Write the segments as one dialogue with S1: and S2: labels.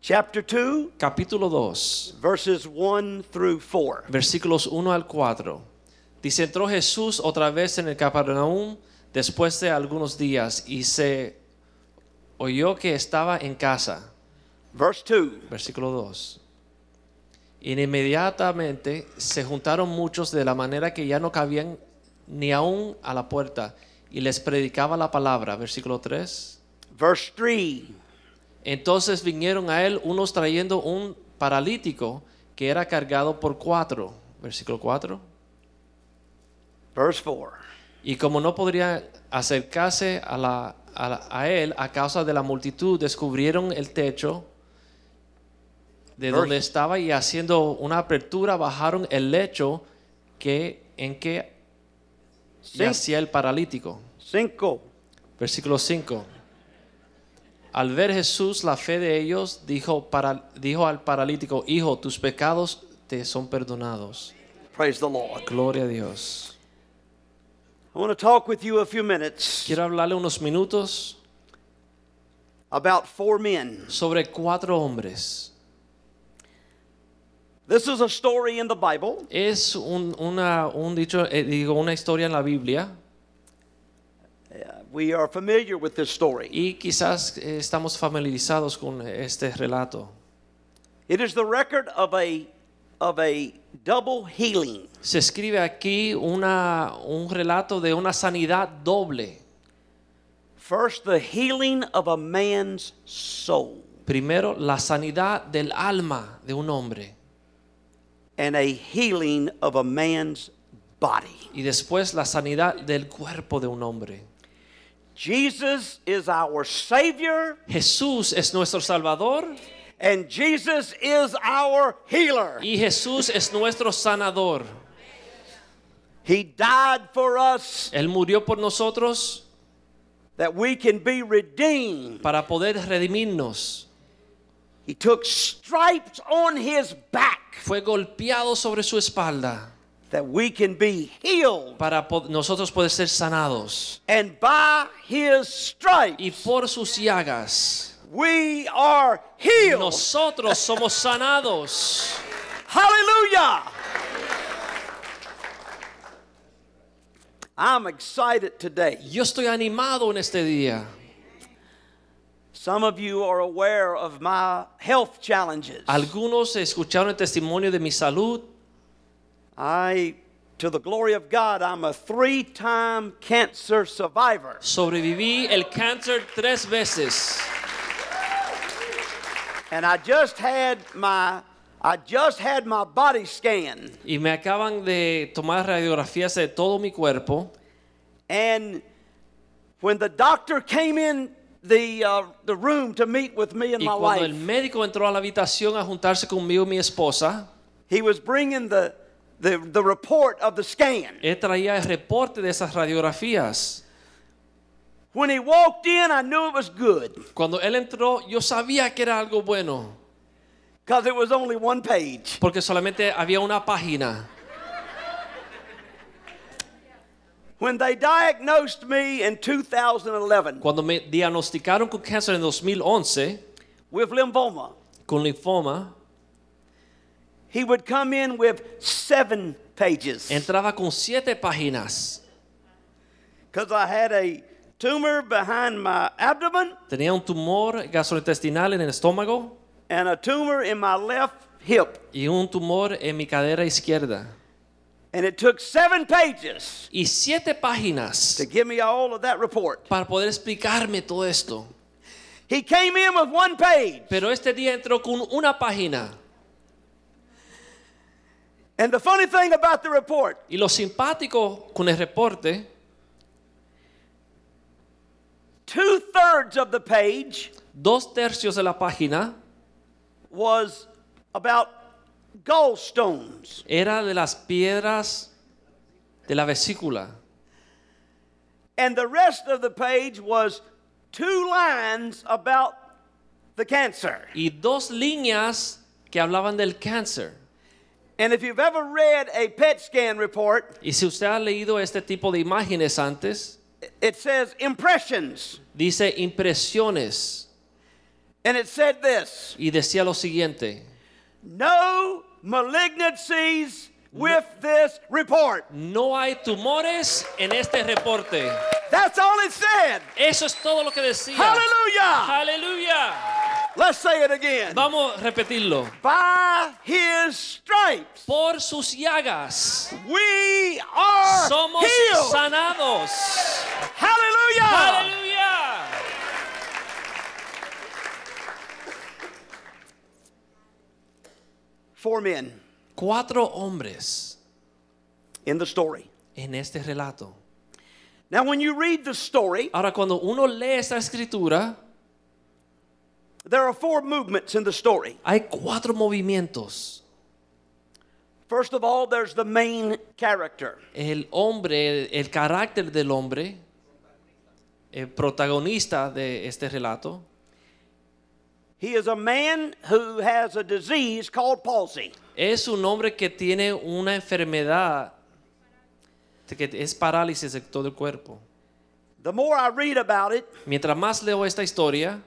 S1: chapter 2,
S2: capítulo 2,
S1: verses 1 through 4.
S2: versículos 1 al 4, dice, entró Jesús otra vez en el Capernaum después de algunos días y se oyó que estaba en casa.
S1: Verse 2
S2: Versículo 2. Inmediatamente se juntaron muchos de la manera que ya no cabían ni aún a la puerta y les predicaba la palabra. Versículo 3.
S1: Verse 3
S2: Entonces vinieron a él unos trayendo un paralítico que era cargado por cuatro, versículo 4.
S1: Verse 4
S2: Y como no podría acercarse a, la- a la- a él a causa de la multitud, descubrieron el techo de
S1: Verse-
S2: donde estaba y haciendo una apertura bajaron el lecho que, en que yacía el paralítico.
S1: 5
S2: Versículo 5. Al ver Jesús la fe de ellos, dijo, para- dijo al paralítico, Hijo, tus pecados te son perdonados.
S1: Praise the Lord.
S2: Gloria a Dios.
S1: I want to talk with you a few minutes
S2: Quiero hablarle unos minutos
S1: about four men.
S2: sobre cuatro hombres.
S1: This is a story in the Bible
S2: Es un, una, un dicho, eh, digo, una historia en la Biblia
S1: we are familiar with this story.
S2: y quizás eh, estamos familiarizados con este relato.
S1: It is the record of a of a double healing.
S2: Se escribe aquí una, un relato de una sanidad doble.
S1: First, the healing of a man's soul
S2: Primero, la sanidad del alma de un hombre
S1: and a healing of a man's body.
S2: y después la sanidad del cuerpo de un hombre.
S1: Jesus is our savior
S2: Jesús es nuestro Salvador
S1: and Jesus is our healer.
S2: y Jesús es nuestro sanador.
S1: He died for us
S2: Él murió por nosotros
S1: that we can be redeemed.
S2: para poder redimirnos.
S1: He took stripes on his back
S2: Fue golpeado sobre su espalda
S1: that we can be healed.
S2: para po- nosotros poder ser sanados.
S1: And by his
S2: Y
S1: stripes
S2: por sus llagas,
S1: we are healed.
S2: nosotros somos sanados.
S1: Hallelujah! I'm excited today.
S2: Yo estoy animado en este día.
S1: Some of you are aware of my health challenges.
S2: Algunos escucharon el testimonio de mi salud
S1: I, to the glory of God, I'm a three time cancer survivor.
S2: Sobreviví el cáncer tres veces
S1: And I just had my. I just had my body scan,
S2: y me acaban de tomar radiografías de todo mi cuerpo.
S1: and when the doctor came in the uh, the room to meet with me and
S2: Y
S1: my
S2: cuando el
S1: wife,
S2: médico entró a la habitación a juntarse conmigo y mi esposa,
S1: he was bringing the, the the report of the scan.
S2: él traía el reporte de esas radiografías.
S1: When he walked in, I knew it was good
S2: Cuando él entró, yo sabía que era algo bueno,
S1: because it was only one page.
S2: porque solamente había una página.
S1: When they diagnosed me in 2011
S2: Cuando me diagnosticaron con cáncer en 2011,
S1: with lymphoma,
S2: con linfoma,
S1: he would come in with seven pages
S2: entraba con siete páginas.
S1: because I had a tumor behind my abdomen
S2: Tenía un tumor gastrointestinal en el estómago.
S1: and a tumor in my left hip.
S2: y un tumor en mi cadera izquierda.
S1: And it took seven pages
S2: Y siete páginas
S1: to give me all of that report.
S2: para poder explicarme todo esto.
S1: He came in with one page,
S2: Pero este día entró con una página.
S1: and the funny thing about the report,
S2: Y lo simpático con el reporte,
S1: two thirds of the page
S2: dos tercios de la página
S1: was about gallstones.
S2: Era de las piedras de la vesícula.
S1: And the rest of the page was two lines about the cancer.
S2: Y dos líneas que hablaban del cáncer.
S1: And if you've ever read a PET scan report,
S2: Y si usted ha leído este tipo de imágenes antes,
S1: it says impressions.
S2: dice impresiones
S1: And it said this
S2: y decía lo siguiente.
S1: no malignancies with this report.
S2: No hay tumores en este reporte.
S1: That's all it said.
S2: Eso es todo lo que decía.
S1: Hallelujah.
S2: Aleluya.
S1: Let's say it again.
S2: Vamos a repetirlo.
S1: By his stripes,
S2: Por sus llagas
S1: we are
S2: somos
S1: healed.
S2: sanados.
S1: Hallelujah.
S2: Aleluya.
S1: Four men
S2: Cuatro hombres
S1: in the story.
S2: en este relato.
S1: Now, when you read the story,
S2: Ahora cuando uno lee esta escritura,
S1: there are four movements in the story.
S2: hay cuatro movimientos.
S1: First of all, there's the main character.
S2: El hombre, el, el carácter del hombre, el protagonista de este relato,
S1: He is a man who has a disease called palsy.
S2: es un hombre que tiene una enfermedad que es parálisis de todo el cuerpo.
S1: The more I read about it,
S2: Mientras más leo esta historia,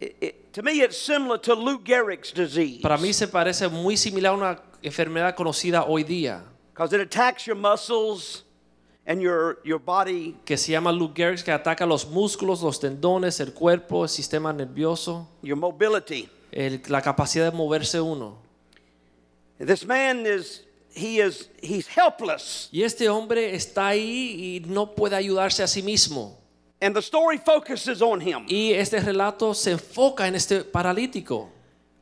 S1: it, it- to me it's similar to Lou Gehrig's disease
S2: para mí se parece muy similar a una enfermedad conocida hoy día,
S1: because it attacks your muscles and your, your body,
S2: que se llama Lou Gehrig's, que ataca los músculos, los tendones, el cuerpo, el sistema nervioso,
S1: your mobility.
S2: el- la capacidad de moverse uno.
S1: This man is he is he's helpless.
S2: Y este hombre está ahí y no puede ayudarse a sí mismo.
S1: And the story focuses on him.
S2: Y este relato se enfoca en este paralítico.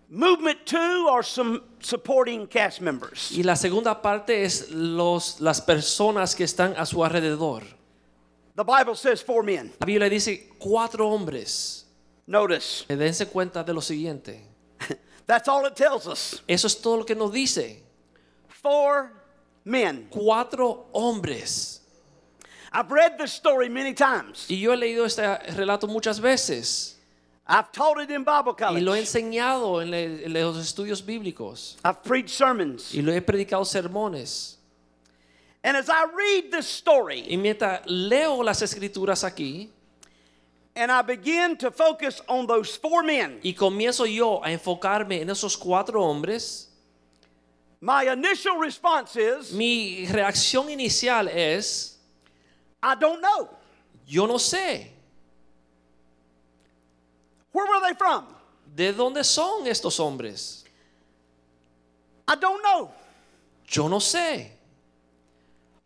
S1: Movement two are some supporting cast members.
S2: Y la segunda parte es los, las personas que están a su alrededor.
S1: The Bible says four men.
S2: La Biblia dice cuatro hombres.
S1: Notice
S2: Eh, Dense cuenta de lo siguiente.
S1: that's all it tells us.
S2: Eso es todo lo que nos dice.
S1: Four men.
S2: Cuatro hombres.
S1: I've read this story many times.
S2: Y yo he leído este relato muchas veces.
S1: I've taught it in Bible
S2: Y lo
S1: college.
S2: he enseñado en, le- en los estudios bíblicos.
S1: I've preached sermons.
S2: Y lo he predicado sermones.
S1: And as I read this story
S2: Y mientras leo las escrituras aquí
S1: and I begin to focus on those four men,
S2: y comienzo yo a enfocarme en esos cuatro hombres,
S1: my initial response is
S2: mi reacción inicial es,
S1: I don't know.
S2: yo no sé,
S1: Where were they from?
S2: ¿de dónde son estos hombres?
S1: I don't know.
S2: Yo no sé.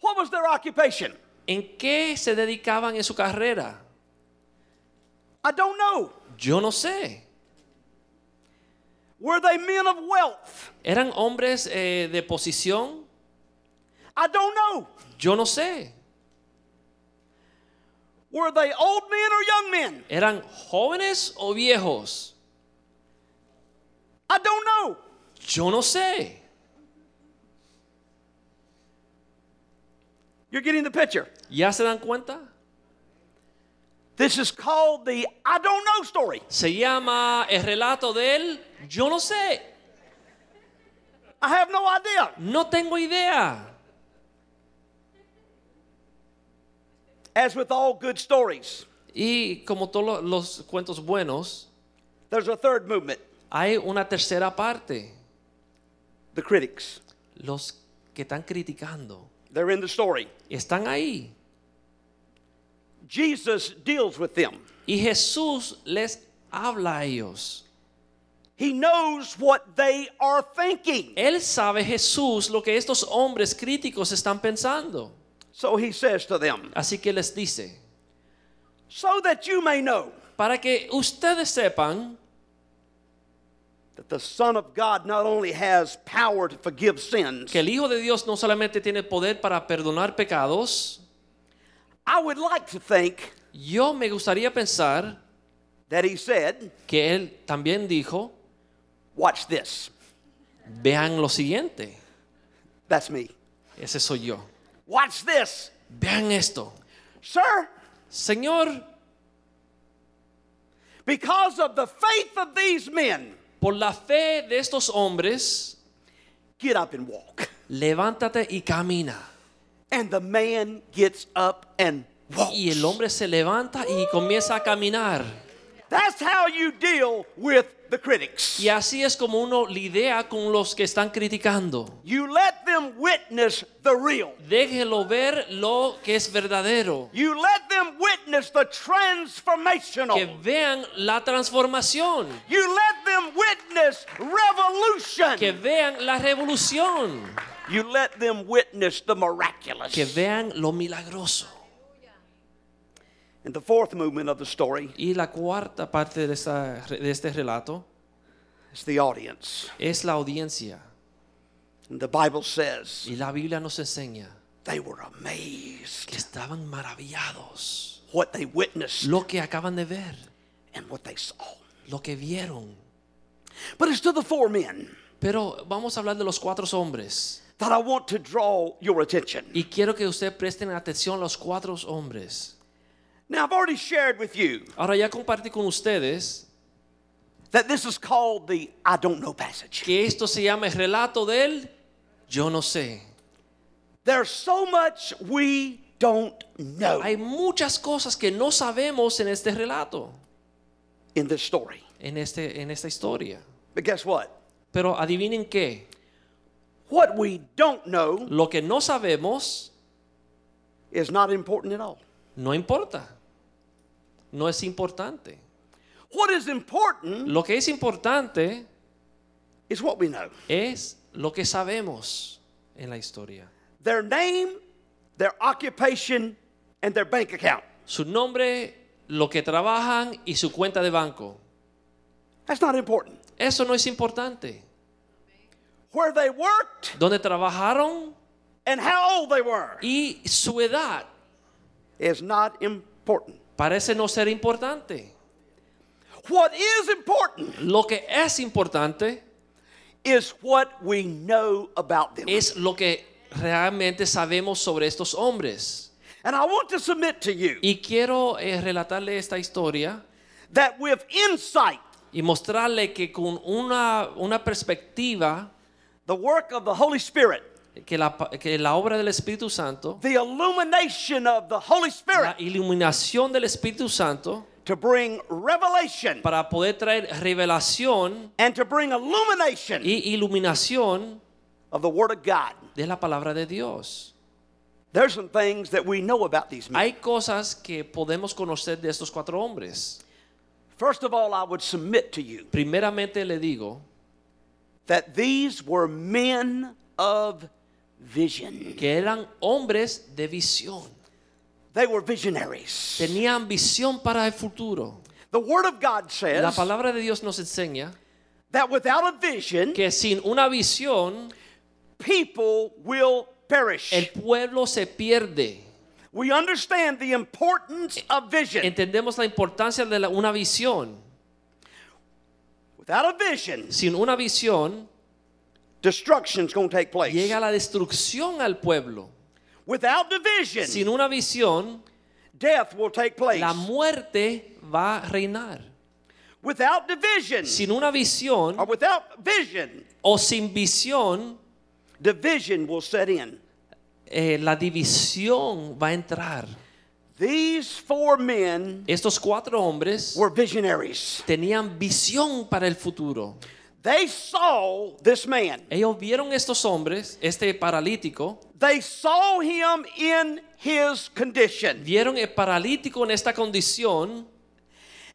S1: What was their occupation?
S2: ¿En qué se dedicaban en su carrera?
S1: I don't know.
S2: Yo no sé.
S1: Were they men of wealth?
S2: ¿Eran hombres eh, de posición?
S1: I don't know.
S2: Yo no sé.
S1: Were they old men or young men?
S2: ¿Eran jóvenes o viejos?
S1: I don't know.
S2: Yo no sé.
S1: You're getting the picture.
S2: ¿Ya se dan cuenta?
S1: This is called the I don't know story.
S2: Se llama el relato del yo no sé.
S1: I have no idea.
S2: No tengo idea.
S1: As with all good stories,
S2: Y como todos lo- los cuentos buenos,
S1: there's a third movement
S2: hay una tercera parte.
S1: the critics.
S2: Los que están criticando
S1: They're in the story.
S2: están ahí.
S1: Jesus deals with them,
S2: Y Jesús les habla a ellos.
S1: He knows what they are thinking.
S2: Él sabe, Jesús, lo que estos hombres críticos están pensando.
S1: So He says to them,
S2: Así que les dice,
S1: So that you may know
S2: para que ustedes sepan
S1: that the Son of God not only has power to forgive sins,
S2: que el Hijo de Dios no solamente tiene poder para perdonar pecados,
S1: I would like to think
S2: yo me gustaría pensar
S1: that He said,
S2: que Él también dijo,
S1: Watch this.
S2: Vean lo siguiente.
S1: That's me.
S2: Ese soy yo.
S1: Watch this.
S2: Vean esto.
S1: Sir,
S2: Señor,
S1: because of the faith of these men,
S2: por la fe de estos hombres,
S1: get up and walk.
S2: levántate y camina.
S1: And the man gets up and walks.
S2: Y el hombre se levanta y comienza a caminar.
S1: That's how you deal with the critics.
S2: Y así es como uno lidia con los que están criticando.
S1: You let them witness the real.
S2: Déjelo ver lo que es verdadero.
S1: You let them witness the transformational.
S2: Que vean la transformación.
S1: You let them witness revolution.
S2: Que vean la revolución.
S1: You let them witness the miraculous.
S2: Que vean lo milagroso.
S1: And the fourth movement of the story
S2: Y la cuarta parte de, esta- de este relato
S1: is the audience.
S2: es la audiencia.
S1: And the Bible says
S2: Y la Biblia nos enseña
S1: they were amazed
S2: que estaban maravillados.
S1: what they witnessed
S2: Lo que acaban de ver,
S1: and what they saw.
S2: lo que vieron.
S1: But it's to the four men
S2: Pero vamos a hablar de los cuatro hombres.
S1: that I want to draw your attention.
S2: Y quiero que usted presten atención a los cuatro hombres.
S1: Now, I've already shared with you
S2: Ahora ya compartí con ustedes
S1: that this is called the I don't know passage.
S2: que esto se llama el relato del yo no sé.
S1: There's so much we don't know
S2: Hay muchas cosas que no sabemos en este relato,
S1: in this story.
S2: en, este, en esta historia.
S1: But guess what?
S2: Pero adivinen qué,
S1: What we don't know
S2: lo que no sabemos
S1: is not important at all.
S2: no importa. No es importante.
S1: What is important
S2: Lo que es importante
S1: is what we know.
S2: es lo que sabemos en la historia.
S1: Their name, their occupation, and their bank account.
S2: Su nombre, lo que trabajan y su cuenta de banco.
S1: That's not important.
S2: Eso no es importante.
S1: Where they worked
S2: Donde trabajaron
S1: and how old they were
S2: y su edad
S1: is not important.
S2: parece no ser importante.
S1: What is important
S2: Lo que es importante
S1: is what we know about them.
S2: es lo que realmente sabemos sobre estos hombres.
S1: And I want to submit to you
S2: Y quiero eh, relatarle esta historia
S1: that with insight,
S2: y mostrarle que con una, una perspectiva
S1: the work of the Holy Spirit,
S2: que la, pa- que la obra del Espíritu Santo,
S1: the illumination of the Holy
S2: la
S1: Spirit
S2: iluminación del Espíritu Santo,
S1: to bring revelation
S2: para poder traer revelación
S1: and to bring illumination
S2: y iluminación
S1: of the Word of God.
S2: de la palabra de Dios.
S1: There's some things that we know about these men.
S2: Hay cosas que podemos conocer de estos cuatro hombres.
S1: First of all, I would submit to you
S2: Primeramente le digo
S1: that these were men of vision.
S2: que eran hombres de visión.
S1: They were visionaries.
S2: Tenían visión para el futuro.
S1: The Word of God
S2: La
S1: says
S2: palabra de Dios nos enseña
S1: that without a vision,
S2: que sin una visión
S1: people will
S2: el
S1: perish.
S2: pueblo se pierde.
S1: We understand the importance of vision.
S2: Entendemos la importancia de la- una visión.
S1: Without a vision,
S2: Sin una visión
S1: destruction's going to take place.
S2: llega la destrucción al pueblo.
S1: Without
S2: Sin
S1: division,
S2: una visión
S1: death will take place.
S2: la muerte va a reinar.
S1: Without division,
S2: Sin una visión
S1: or without vision,
S2: o sin visión,
S1: division will set in.
S2: eh, la división va a entrar.
S1: These four men
S2: Estos cuatro hombres
S1: were visionaries.
S2: tenían visión para el futuro.
S1: They saw this man.
S2: Ellos vieron estos hombres, este paralítico,
S1: They saw him in his condition.
S2: vieron el paralítico en esta condición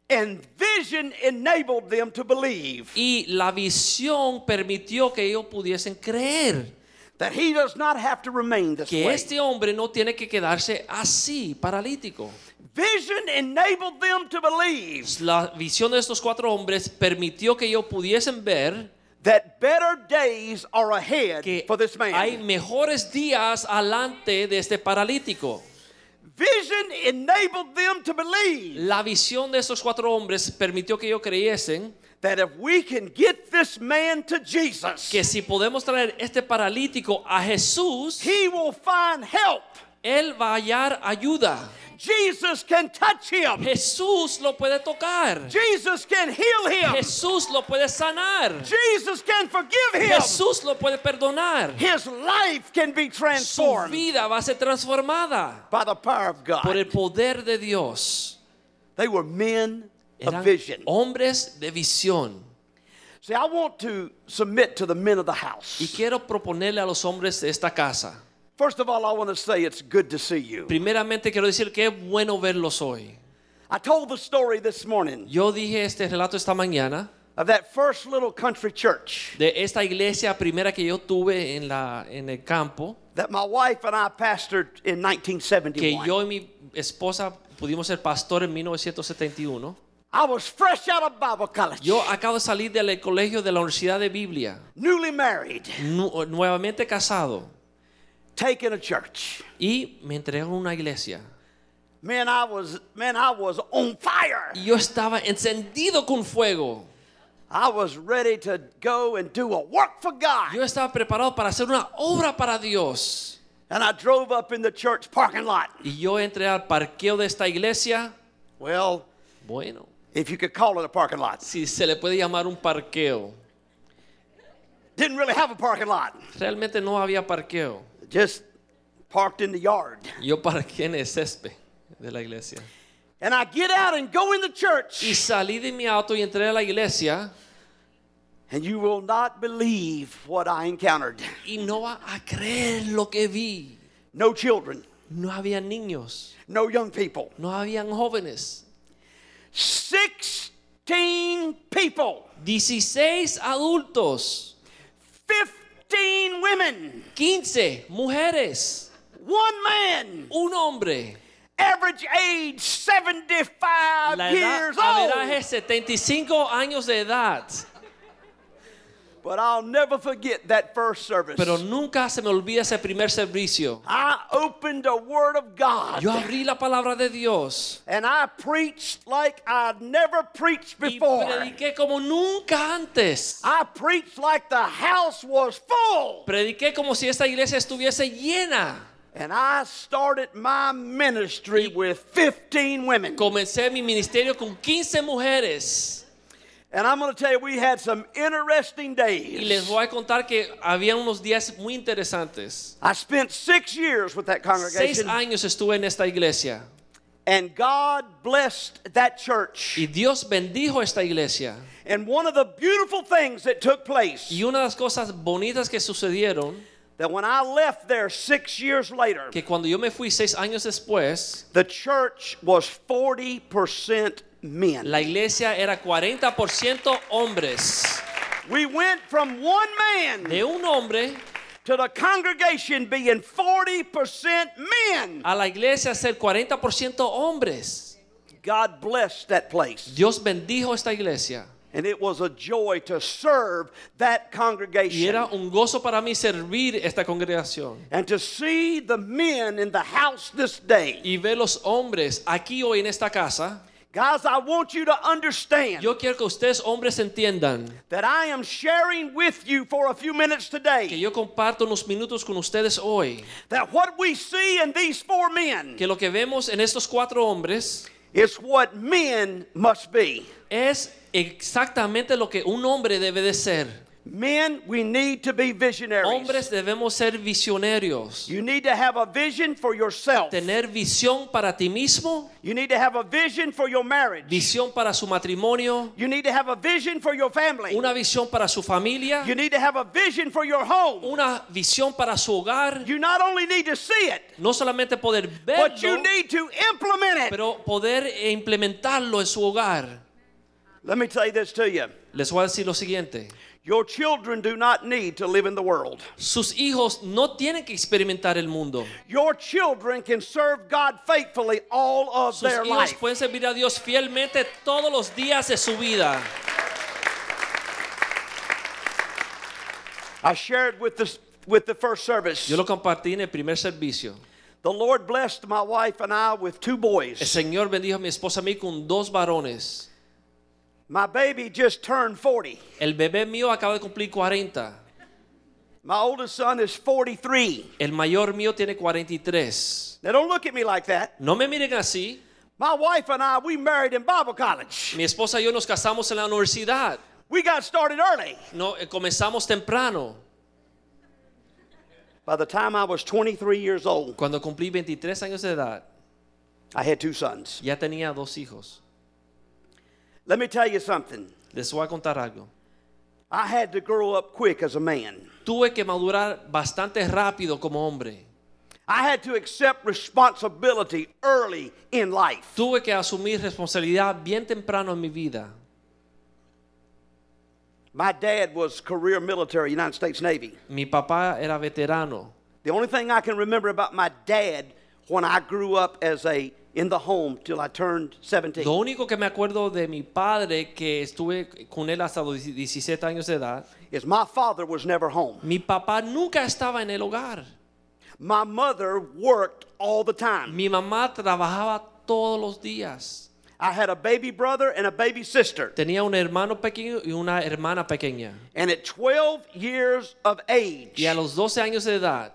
S1: And vision enabled them to believe
S2: y la visión permitió que ellos pudiesen creer
S1: that he does not have to remain this
S2: que
S1: way.
S2: este hombre no tiene que quedarse así, paralítico.
S1: Vision enabled them to believe
S2: La visión de estos cuatro hombres permitió que ellos pudiesen ver
S1: that better days are ahead
S2: que
S1: for this
S2: hay
S1: man.
S2: mejores días alante de este paralítico.
S1: Vision enabled them to believe
S2: La visión de estos cuatro hombres permitió que ellos creyesen
S1: that if we can get this man to Jesus,
S2: que si podemos traer este paralítico a Jesús,
S1: he will find help.
S2: él va a hallar ayuda.
S1: Jesus can touch him.
S2: Jesús lo puede tocar.
S1: Jesus can heal him.
S2: Jesús lo puede sanar.
S1: Jesus can forgive him.
S2: Jesús lo puede perdonar.
S1: His life can be
S2: Su
S1: transformed
S2: vida va a ser transformada
S1: by the power of
S2: por
S1: God.
S2: el poder de Dios.
S1: They were men
S2: Eran Oh.
S1: of vision.
S2: hombres de visión.
S1: See, I want to submit to the men of the
S2: Y
S1: house.
S2: quiero proponerle a los hombres de esta casa.
S1: First of all, I want to say it's good to see you.
S2: Primeramente quiero decir que es bueno verlos hoy.
S1: I told the story this morning
S2: Yo dije este relato esta mañana
S1: of that first little country church
S2: de esta iglesia primera que yo tuve en, la, en el campo,
S1: that my wife and I pastored in
S2: que
S1: 1971.
S2: yo y mi esposa pudimos ser pastor en 1971.
S1: I was fresh out of Bible college,
S2: Yo acabo de salir del colegio de la Universidad de Biblia,
S1: newly married,
S2: nu- nuevamente casado,
S1: taking a church.
S2: y me entregaron a una iglesia.
S1: Man, I was man, I was on fire.
S2: Y yo estaba encendido con fuego.
S1: I was ready to go and do a work for God.
S2: Yo estaba preparado para hacer una obra para Dios.
S1: And I drove up in the church parking lot.
S2: Y yo entré al parqueo de esta iglesia.
S1: Well,
S2: Bueno,
S1: if you could call it a parking lot.
S2: si se le puede llamar un parqueo.
S1: Didn't really have a parking lot.
S2: Realmente no había parqueo.
S1: Just parked in the yard.
S2: Yo parqué en el césped de la iglesia.
S1: And I get out and go in the
S2: Y
S1: church.
S2: salí de mi auto y entré a la iglesia.
S1: And you will not believe what I encountered.
S2: Y no va a creer lo que vi.
S1: No children,
S2: No había niños,
S1: no young people.
S2: no habían jóvenes.
S1: 16 people,
S2: 16 adultos,
S1: 15 women,
S2: 15 mujeres,
S1: one man.
S2: un hombre.
S1: Average age 75
S2: La
S1: years
S2: edad
S1: old.
S2: averaje 75 años de edad.
S1: But I'll never forget that first service.
S2: Pero nunca se me olvida ese primer servicio.
S1: I opened the Word of God
S2: Yo abrí la palabra de Dios
S1: and I preached like I'd never preached
S2: y
S1: before.
S2: prediqué como nunca antes.
S1: I preached like the house was full.
S2: Prediqué como si esta iglesia estuviese llena.
S1: And I started my ministry with 15 women.
S2: Comencé mi ministerio con 15 mujeres
S1: And I'm going to tell you, we had some interesting
S2: y les
S1: days.
S2: voy a contar que había unos días muy interesantes.
S1: I spent six years with that
S2: Seis
S1: congregation,
S2: años estuve en esta iglesia
S1: and God blessed that church.
S2: y Dios bendijo esta iglesia.
S1: And one of the beautiful things that took place
S2: Y una de las cosas bonitas que sucedieron,
S1: that when I left there six years later,
S2: que cuando yo me fui seis años después,
S1: the church was 40% men.
S2: la iglesia era 40% hombres.
S1: We went from one man
S2: De un hombre
S1: to the congregation being 40% men.
S2: a la iglesia ser 40% hombres.
S1: God blessed that place.
S2: Dios bendijo esta iglesia.
S1: And it was a joy to serve that
S2: Y era
S1: congregation
S2: un gozo para mí servir esta congregación
S1: and to see the men in the house this day.
S2: y ver los hombres aquí hoy en esta casa.
S1: Guys, I want you to understand
S2: Yo quiero que ustedes hombres entiendan
S1: that I am sharing with you for a few minutes
S2: que
S1: today
S2: yo comparto unos minutos con ustedes hoy,
S1: that what we see in these four men
S2: que lo que vemos en estos cuatro hombres
S1: is what men must be.
S2: es exactamente lo que un hombre debe de ser.
S1: Men, we need to be visionaries.
S2: Hombres debemos ser visionarios,
S1: You need to have a vision for yourself.
S2: tener visión para ti mismo,
S1: You need to have a vision for your marriage.
S2: visión para su matrimonio,
S1: You need to have a vision for your family.
S2: una visión para su familia,
S1: You need to have a vision for your home.
S2: una visión para su hogar.
S1: You not only need to see it,
S2: No solamente poder
S1: but you
S2: verlo,
S1: need to implement it.
S2: pero poder eh, implementarlo en su hogar.
S1: Let me tell you this to you.
S2: Les voy a decir lo siguiente.
S1: Your children do not need to live in the world.
S2: Sus hijos no tienen que experimentar el mundo.
S1: Your children can serve God faithfully all of
S2: Sus
S1: their
S2: hijos
S1: life.
S2: pueden servir a Dios fielmente todos los días de su vida.
S1: I shared with the with the first service.
S2: Yo lo compartí en el primer servicio.
S1: The Lord blessed my wife and I with two
S2: El
S1: boys.
S2: Señor bendijo a mi esposa a mí con dos varones.
S1: My baby just turned 40.
S2: El bebé mío acaba de cumplir 40.
S1: My oldest son is 43.
S2: El mayor mío tiene 43.
S1: Now, don't look at me like that.
S2: No me miren así.
S1: My wife and I, we married in Bible college.
S2: Mi esposa y yo nos casamos en la universidad.
S1: We got started early.
S2: No, eh, comenzamos temprano.
S1: By the time I was 23 years old,
S2: Cuando cumplí 23 años de edad,
S1: I had two sons.
S2: ya tenía dos hijos.
S1: Let me tell you something.
S2: Les voy a contar algo.
S1: I had to grow up quick as a man.
S2: Tuve que madurar bastante rápido como hombre.
S1: I had to accept responsibility early in life.
S2: Tuve que asumir responsabilidad bien temprano en mi vida.
S1: My dad was career military, United States Navy.
S2: Mi papá era veterano.
S1: The only thing I can remember about my dad when I grew up as a in the home till I turned 17.
S2: Lo único que me acuerdo de mi padre, que estuve con él hasta los 17 años de edad,
S1: is my father was never home.
S2: mi papá nunca estaba en el hogar.
S1: My mother worked all the time.
S2: Mi mamá trabajaba todos los días.
S1: I had a baby brother and a baby sister.
S2: Tenía un hermano pequeño y una hermana pequeña.
S1: And at 12 years of age,
S2: Y a los 12 años de edad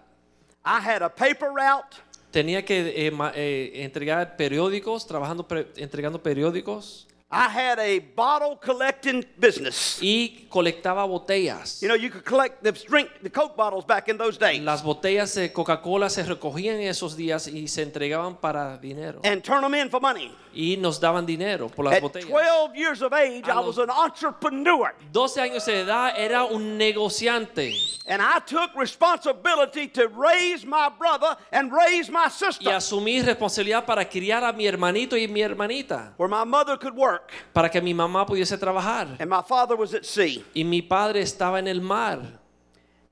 S1: I had a paper route
S2: tenía que eh, ma- eh, entregar periódicos, trabajando pre- entregando periódicos
S1: I had a bottle collecting business.
S2: y colectaba botellas.
S1: You know, you could collect the drink, the Coke bottles back in those days,
S2: Las botellas de Coca-Cola se recogían en esos días y se entregaban para dinero.
S1: and turn them in for money.
S2: Y nos daban dinero por las
S1: At
S2: botellas.
S1: 12 years of age, I
S2: A
S1: was
S2: los-
S1: an entrepreneur,
S2: 12 años de edad era un negociante
S1: and I took responsibility to raise my brother and raise my
S2: y
S1: sister,
S2: asumí responsabilidad para criar a mi hermanito y mi hermanita,
S1: where my mother could work,
S2: para que mi mamá pudiese trabajar.
S1: and my father was at sea.
S2: Y mi padre estaba en el mar.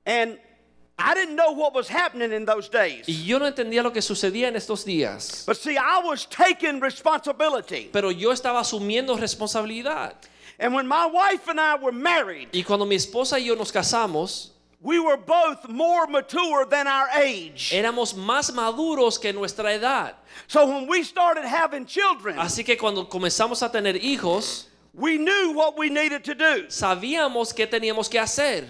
S1: And I didn't know what was happening in those days,
S2: Y yo no entendía lo que sucedía en estos días.
S1: but see, I was taking responsibility.
S2: Pero yo estaba asumiendo responsabilidad.
S1: And when my wife and I were married,
S2: Y cuando mi esposa y yo nos casamos,
S1: we were both more mature than our age.
S2: éramos más maduros que nuestra edad.
S1: So when we started having children,
S2: Así que cuando comenzamos a tener hijos,
S1: we knew what we needed to do.
S2: sabíamos qué teníamos que hacer.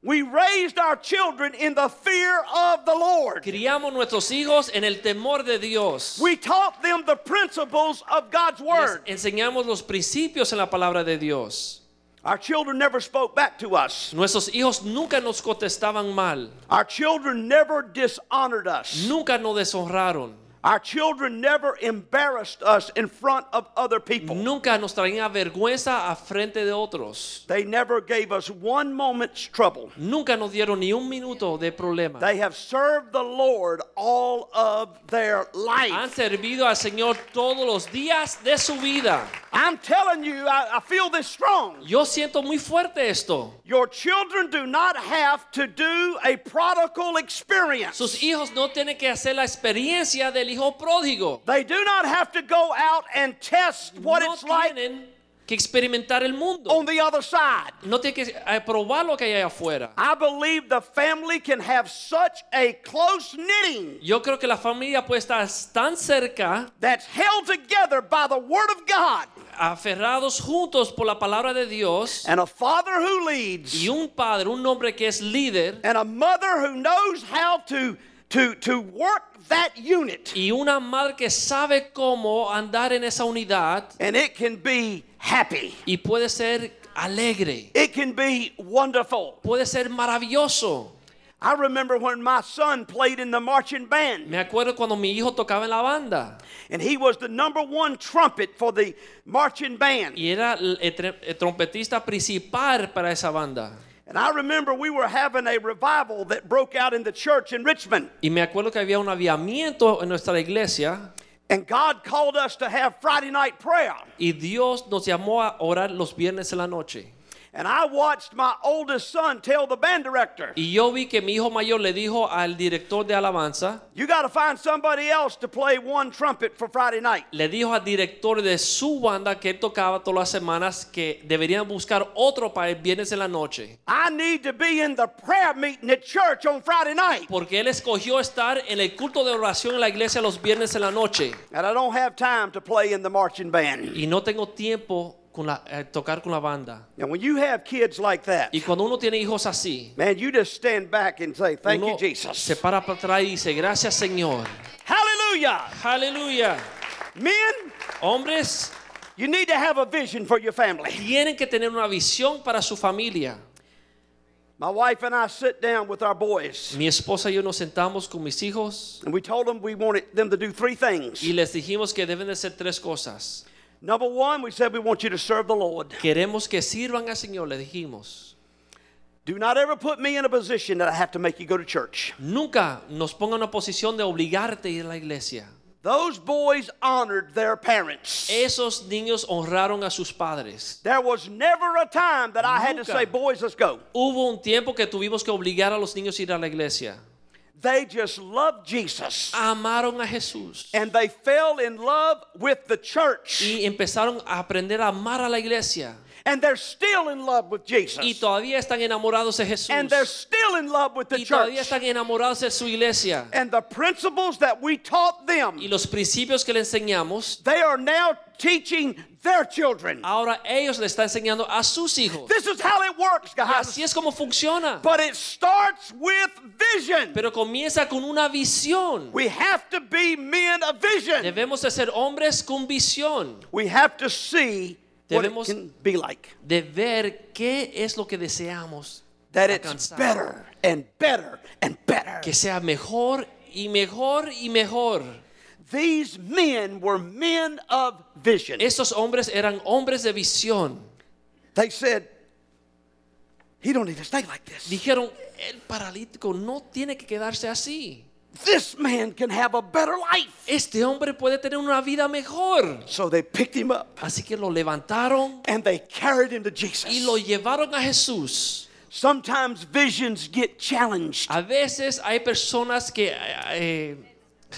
S1: We raised our children in the fear of the Lord.
S2: Criamos nuestros hijos en el temor de Dios.
S1: We taught them the principles of God's
S2: Les
S1: Word.
S2: enseñamos los principios en la palabra de Dios.
S1: Our children never spoke back to us.
S2: Nuestros hijos nunca nos contestaban mal,
S1: Our children never dishonored us.
S2: nunca nos deshonraron,
S1: Our children never embarrassed us in front of other people.
S2: nunca nos traían vergüenza a frente de otros,
S1: They never gave us one moment's trouble.
S2: nunca nos dieron ni un minuto de problema.
S1: They have served the Lord all of their
S2: Han
S1: life.
S2: servido al Señor todos los días de su vida.
S1: I'm telling you, I, I feel this strong.
S2: Yo siento muy fuerte esto.
S1: Your children do not have to do a prodigal experience.
S2: Sus hijos no tienen que hacer la experiencia del hijo pródigo.
S1: They do not have to go out and test what
S2: no
S1: it's like Oh.
S2: tienen que experimentar el mundo.
S1: on the other side.
S2: no tienen que eh, probar lo que hay allá afuera.
S1: I believe the family can have such a close knitting
S2: Yo creo que la familia puede estar tan cerca,
S1: that's held together by the Word of God
S2: aferrados juntos por la palabra de Dios,
S1: and a father who leads
S2: y un padre, un hombre que es líder,
S1: and a mother who knows how to, to, to work that unit.
S2: y una madre que sabe cómo andar en esa unidad
S1: And it can be happy,
S2: y puede ser alegre,
S1: it can be wonderful.
S2: puede ser maravilloso.
S1: I remember when my son played in the marching band,
S2: Me acuerdo cuando mi hijo tocaba en la banda
S1: and he was the number one trumpet for the marching band.
S2: y era el, el tre- el trompetista principal para esa banda.
S1: And I remember we were having a revival that broke out in the church in Richmond,
S2: Y me acuerdo que había un aviamiento en nuestra iglesia
S1: and God called us to have Friday night prayer.
S2: y Dios nos llamó a orar los viernes en la noche.
S1: And I watched my oldest son tell the band director,
S2: Y yo vi que mi hijo mayor le dijo al director de alabanza,
S1: You got to find somebody else to play one trumpet for Friday night.
S2: le dijo al director de su banda que él tocaba todas las semanas que deberían buscar otro para el viernes en la noche.
S1: I need to be in the prayer meeting at church on Friday night.
S2: Porque él escogió estar en el culto de oración en la iglesia los viernes en la noche.
S1: And I don't have time to play in the marching band.
S2: Y no tengo tiempo con la, eh, tocar con la banda.
S1: Now, when you have kids like that,
S2: Y cuando uno tiene hijos así,
S1: man, you just stand back and say, Thank
S2: uno
S1: you, Jesus.
S2: se para para atrás y dice, gracias Señor.
S1: Hallelujah.
S2: Aleluya.
S1: Men,
S2: Hombres
S1: you need to have a vision for your family.
S2: tienen que tener una visión para su familia.
S1: My wife and I sit down with our boys,
S2: Mi esposa y yo nos sentamos con mis hijos
S1: and we told them we wanted them to do three things.
S2: y les dijimos que deben de hacer tres cosas.
S1: Number one, we said we want you to serve the Lord.
S2: Queremos que sirvan al Señor, le dijimos.
S1: Do not ever put me in a position that I have to make you go to church.
S2: Nunca nos ponga en una posición de obligarte a ir a la iglesia.
S1: Those boys honored their parents.
S2: Esos niños honraron a sus padres.
S1: There was never a time that I had to
S2: Nunca.
S1: say, boys, let's go.
S2: Hubo un tiempo que tuvimos que obligar a los niños a ir a la iglesia.
S1: They just loved Jesus
S2: Ah. Amaron a Jesús
S1: and they fell in love with the church
S2: y empezaron a aprender a amar a la iglesia.
S1: and they're still in love with
S2: Y
S1: Jesus
S2: todavía están enamorados de Jesús.
S1: and they're still in love with the
S2: Y todavía
S1: church
S2: están enamorados de su iglesia.
S1: and the principles that we taught them
S2: Y los principios que le enseñamos,
S1: they are now teaching their children.
S2: ahora ellos le están enseñando a sus hijos.
S1: This is how it works,
S2: Y así
S1: guys.
S2: es como funciona.
S1: But it starts with vision.
S2: Pero comienza con una visión.
S1: We have to be men of vision.
S2: Debemos de ser hombres con visión,
S1: We have to see what it
S2: Debemos-
S1: can be like.
S2: de ver qué es lo que deseamos,
S1: That it's
S2: alcanzar.
S1: better and better and better.
S2: que sea mejor y mejor y mejor.
S1: These men were men of vision.
S2: Estos hombres eran hombres de visión.
S1: They said, he don't need to stay like this.
S2: Dijeron, el paralítico no tiene que quedarse así.
S1: This man can have a better life.
S2: Este hombre puede tener una vida mejor.
S1: So they picked him up
S2: Así que lo levantaron
S1: and they carried him to
S2: y
S1: Jesus.
S2: lo llevaron a Jesús.
S1: Sometimes visions get challenged
S2: A veces hay personas que eh, eh,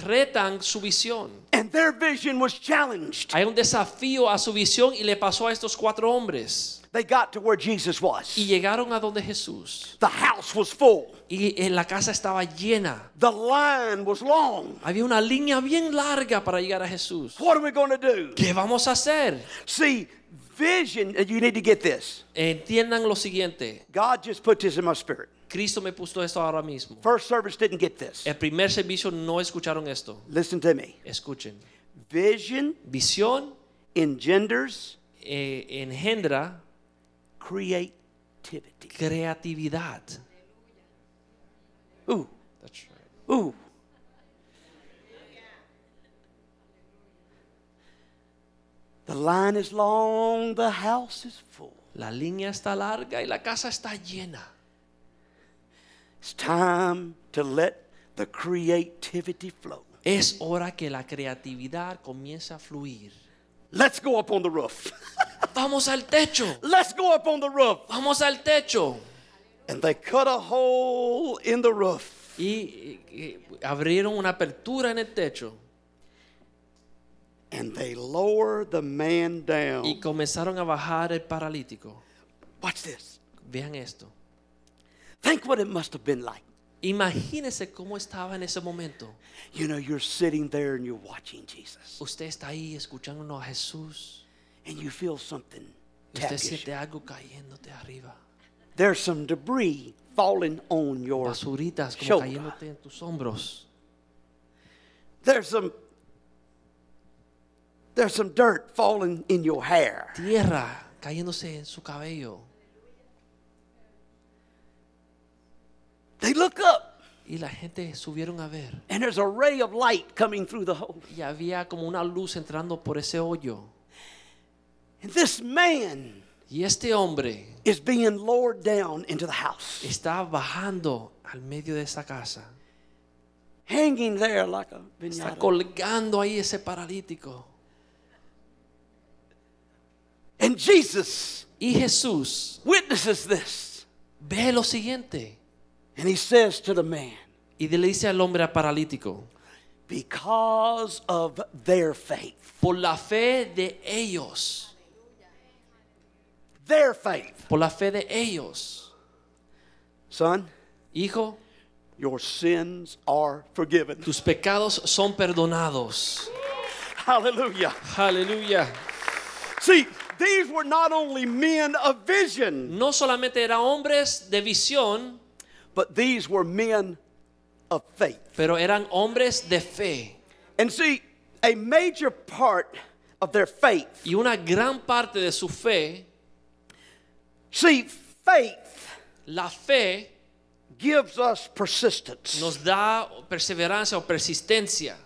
S2: retan su visión.
S1: and their vision was challenged.
S2: Hay un desafío a su visión y le pasó a estos cuatro hombres.
S1: They got to where Jesus
S2: Y
S1: was.
S2: llegaron a donde Jesús.
S1: The house was full.
S2: Y en la casa estaba llena.
S1: The line was long.
S2: Había una línea bien larga para llegar a Jesús.
S1: What are we going to do?
S2: ¿Qué vamos a hacer?
S1: See, vision, and you need to get this.
S2: Entiendan lo siguiente.
S1: God just put this in my spirit.
S2: Cristo me puso esto ahora mismo.
S1: First service didn't get this.
S2: El primer servicio no escucharon esto.
S1: Listen to me.
S2: Escuchen.
S1: Vision
S2: Visión
S1: engenders
S2: eh, engendra
S1: creativity.
S2: creatividad.
S1: Ooh, ooh. The line is long, the house is full.
S2: La línea está larga y la casa está llena.
S1: It's time to let the creativity flow.
S2: Es hora que la creatividad comience a fluir.
S1: Let's go up on the roof.
S2: Vamos al techo.
S1: Let's go up on the roof.
S2: Vamos al techo.
S1: And they cut a hole in the roof.
S2: Y, eh, eh, abrieron una apertura en el techo
S1: And they lower the man
S2: y
S1: down.
S2: comenzaron a bajar el paralítico.
S1: Watch this.
S2: Vean esto.
S1: Think what it must have been like.
S2: Imagínense cómo estaba en ese momento.
S1: You know, you're sitting there and you're watching Jesus.
S2: Usted está ahí escuchando a Jesús.
S1: And you feel something
S2: y
S1: tap
S2: Usted
S1: your
S2: siente
S1: shoulder.
S2: algo cayéndote arriba.
S1: There's some debris falling on your
S2: Basuritas como
S1: shoulder.
S2: cayéndote en tus hombros.
S1: There's some there's some dirt falling in your hair.
S2: Tierra cayéndose en su cabello.
S1: They look up
S2: Y la gente subieron a ver.
S1: and there's a ray of light coming through the hole.
S2: Y había como una luz entrando por ese hoyo.
S1: And this man
S2: Y este hombre
S1: is being lowered down into the house.
S2: está bajando al medio de esa casa.
S1: hanging there like a
S2: Está
S1: viñata.
S2: colgando ahí ese paralítico.
S1: And Jesus
S2: Y Jesús
S1: witnesses this.
S2: ve lo siguiente
S1: And he says to the man,
S2: y le dice al hombre paralítico,
S1: Because of their faith,
S2: por la fe de ellos,
S1: their faith,
S2: por la fe de ellos,
S1: son,
S2: hijo,
S1: your sins are forgiven.
S2: tus pecados son perdonados.
S1: Hallelujah.
S2: Aleluya.
S1: See, these were not only men of vision,
S2: No solamente eran hombres de visión,
S1: but these were men of faith.
S2: pero eran hombres de fe.
S1: And see, a major part of their faith,
S2: Y una gran parte de su fe,
S1: see, faith
S2: la fe
S1: gives us persistence.
S2: nos da perseverancia o persistencia.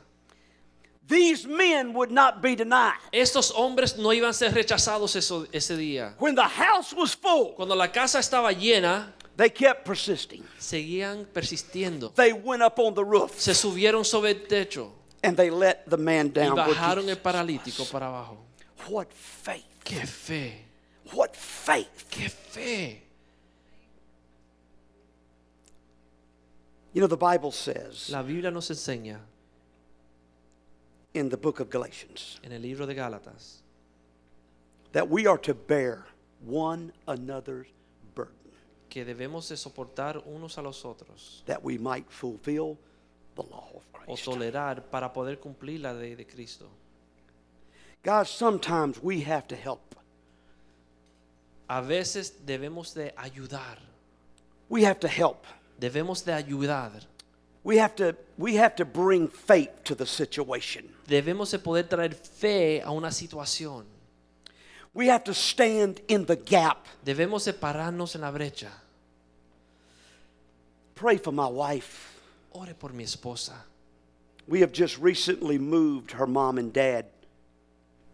S1: These men would not be denied.
S2: Estos hombres no iban a ser rechazados eso- ese día.
S1: When the house was full,
S2: Cuando la casa estaba llena,
S1: they kept persisting.
S2: seguían persistiendo.
S1: They went up on the roof
S2: Se subieron sobre el techo
S1: and they let the man
S2: y
S1: down. with
S2: bajaron el
S1: Jesus.
S2: paralítico para abajo.
S1: What faith!
S2: ¡Qué fe!
S1: What faith!
S2: ¡Qué fe!
S1: You know, the Bible says
S2: La Biblia nos enseña
S1: in the book of Galatians
S2: en el libro de Gálatas
S1: that we are to bear one another's burden
S2: que debemos de soportar unos a los otros
S1: that we might fulfill the law of
S2: o
S1: Christ.
S2: tolerar para poder cumplir la ley de Cristo.
S1: Guys, sometimes we have to help.
S2: A veces debemos de ayudar,
S1: We have to help.
S2: debemos de ayudar,
S1: We have to we have to bring faith to the situation.
S2: debemos de poder traer fe a una situación,
S1: We have to stand in the gap.
S2: debemos de pararnos en la brecha.
S1: Pray for my wife.
S2: Ore por mi esposa.
S1: We have just recently moved her mom and dad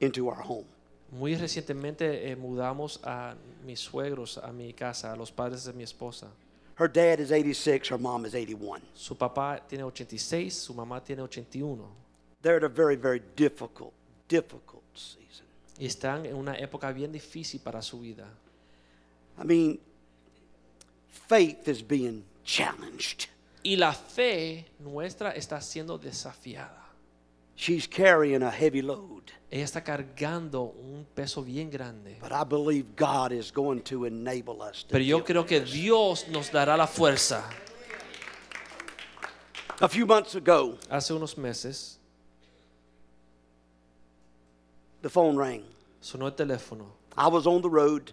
S1: into our home.
S2: Muy recientemente eh, mudamos a mis suegros a mi casa, a los padres de mi esposa.
S1: Her dad is 86, her mom is 81.
S2: Su papá tiene 86, su mamá tiene 81
S1: They're at a very, very difficult, difficult season.
S2: y están en una época bien difícil para su vida.
S1: I mean, faith is being challenged.
S2: Y la fe nuestra está siendo desafiada.
S1: She's carrying a heavy load,
S2: Ella está cargando un peso bien grande.
S1: but I believe God is going to enable us to.
S2: Pero yo creo que Dios nos dará la fuerza.
S1: A few months ago,
S2: Hace unos meses
S1: the phone rang.
S2: sonó el teléfono.
S1: I was on the road,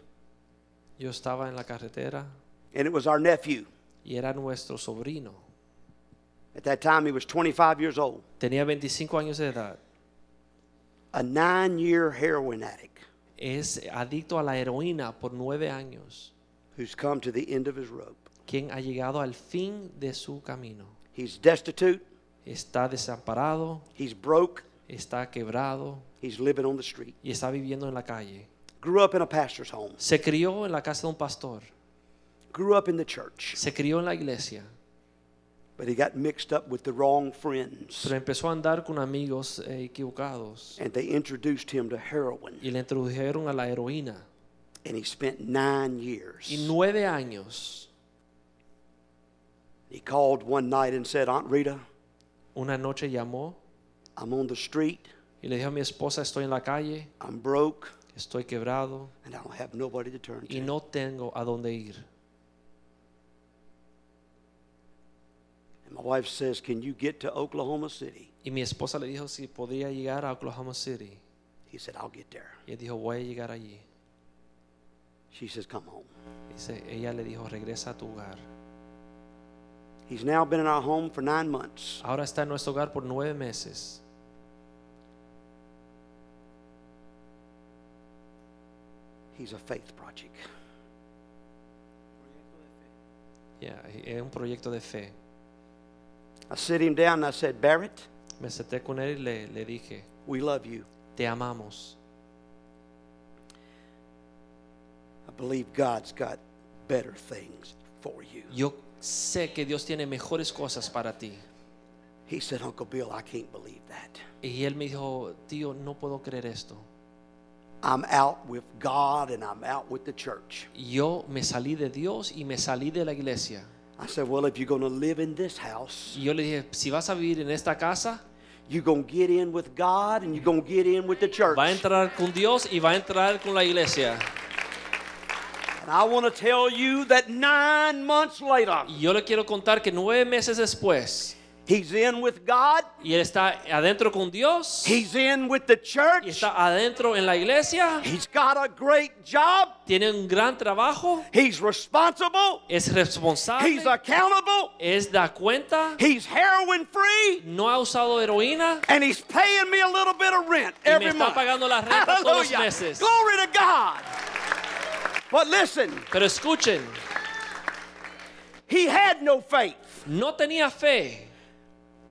S2: Yo estaba en la carretera
S1: and it was our nephew.
S2: y era nuestro sobrino.
S1: At that time, he was 25 years old,
S2: Tenía 25 años de edad.
S1: a nine year heroin addict
S2: es adicto a la heroína por nueve años,
S1: who's come to the end of his rope.
S2: quien ha llegado al fin de su camino.
S1: He's destitute,
S2: Está desamparado,
S1: he's broke,
S2: está quebrado
S1: he's living on the street.
S2: y está viviendo en la calle.
S1: Grew up in a pastor's home,
S2: Se crió en la casa de un pastor,
S1: grew up in the church,
S2: se crió en la iglesia,
S1: but he got mixed up with the wrong friends,
S2: pero empezó a andar con amigos eh, equivocados
S1: and they introduced him to heroin.
S2: y le introdujeron a la heroína.
S1: And he spent nine
S2: Y
S1: years.
S2: nueve años,
S1: He called one night and said, Aunt Rita,
S2: una noche llamó
S1: I'm on the street,
S2: y le dijo a mi esposa, estoy en la calle,
S1: I'm broke,
S2: estoy quebrado
S1: and I don't have nobody to turn
S2: y
S1: to.
S2: no tengo a dónde ir.
S1: And my wife says, Can you get to Oklahoma City?
S2: Y mi esposa le dijo si podía llegar a Oklahoma City.
S1: He said, I'll get there.
S2: Y él dijo, voy a llegar allí.
S1: She says, Come home.
S2: Dice, ella le dijo, regresa a tu hogar.
S1: He's now been in our home for nine months.
S2: Ahora está en nuestro hogar por nueve meses.
S1: He's a faith project.
S2: Ya, es un proyecto de fe.
S1: I sit him down and I said, Barrett,
S2: Me senté con él y le, le dije,
S1: we love you.
S2: te amamos.
S1: I believe God's got better things for you.
S2: Yo sé que Dios tiene mejores cosas para ti.
S1: He said, Uncle Bill, I can't believe that.
S2: Y él me dijo, tío, no puedo creer esto.
S1: I'm out with God and I'm out with the church.
S2: Y Yo me salí de Dios y me salí de la iglesia.
S1: I said, Well, if you're going to live in this house,
S2: Y yo le dije, si vas a vivir en esta casa,
S1: you're going to get in with God and you're going to get in with the church.
S2: va a entrar con Dios y va a entrar con la iglesia.
S1: And I want to tell you that nine months later,
S2: Y yo le quiero contar que nueve meses después,
S1: He's in with God,
S2: Y él está adentro con Dios.
S1: he's in with the
S2: Y
S1: church,
S2: está adentro en la iglesia.
S1: he's got a great job,
S2: Tiene un gran trabajo.
S1: he's responsible,
S2: Es
S1: he's
S2: responsable.
S1: accountable,
S2: Es da cuenta.
S1: he's heroin free,
S2: No ha usado heroína.
S1: and he's paying me a little bit of rent
S2: Y
S1: every
S2: me está
S1: month.
S2: pagando la renta todos los
S1: Hallelujah.
S2: meses.
S1: Glory to God. But listen,
S2: Pero escuchen,
S1: he had no faith.
S2: no tenía fe.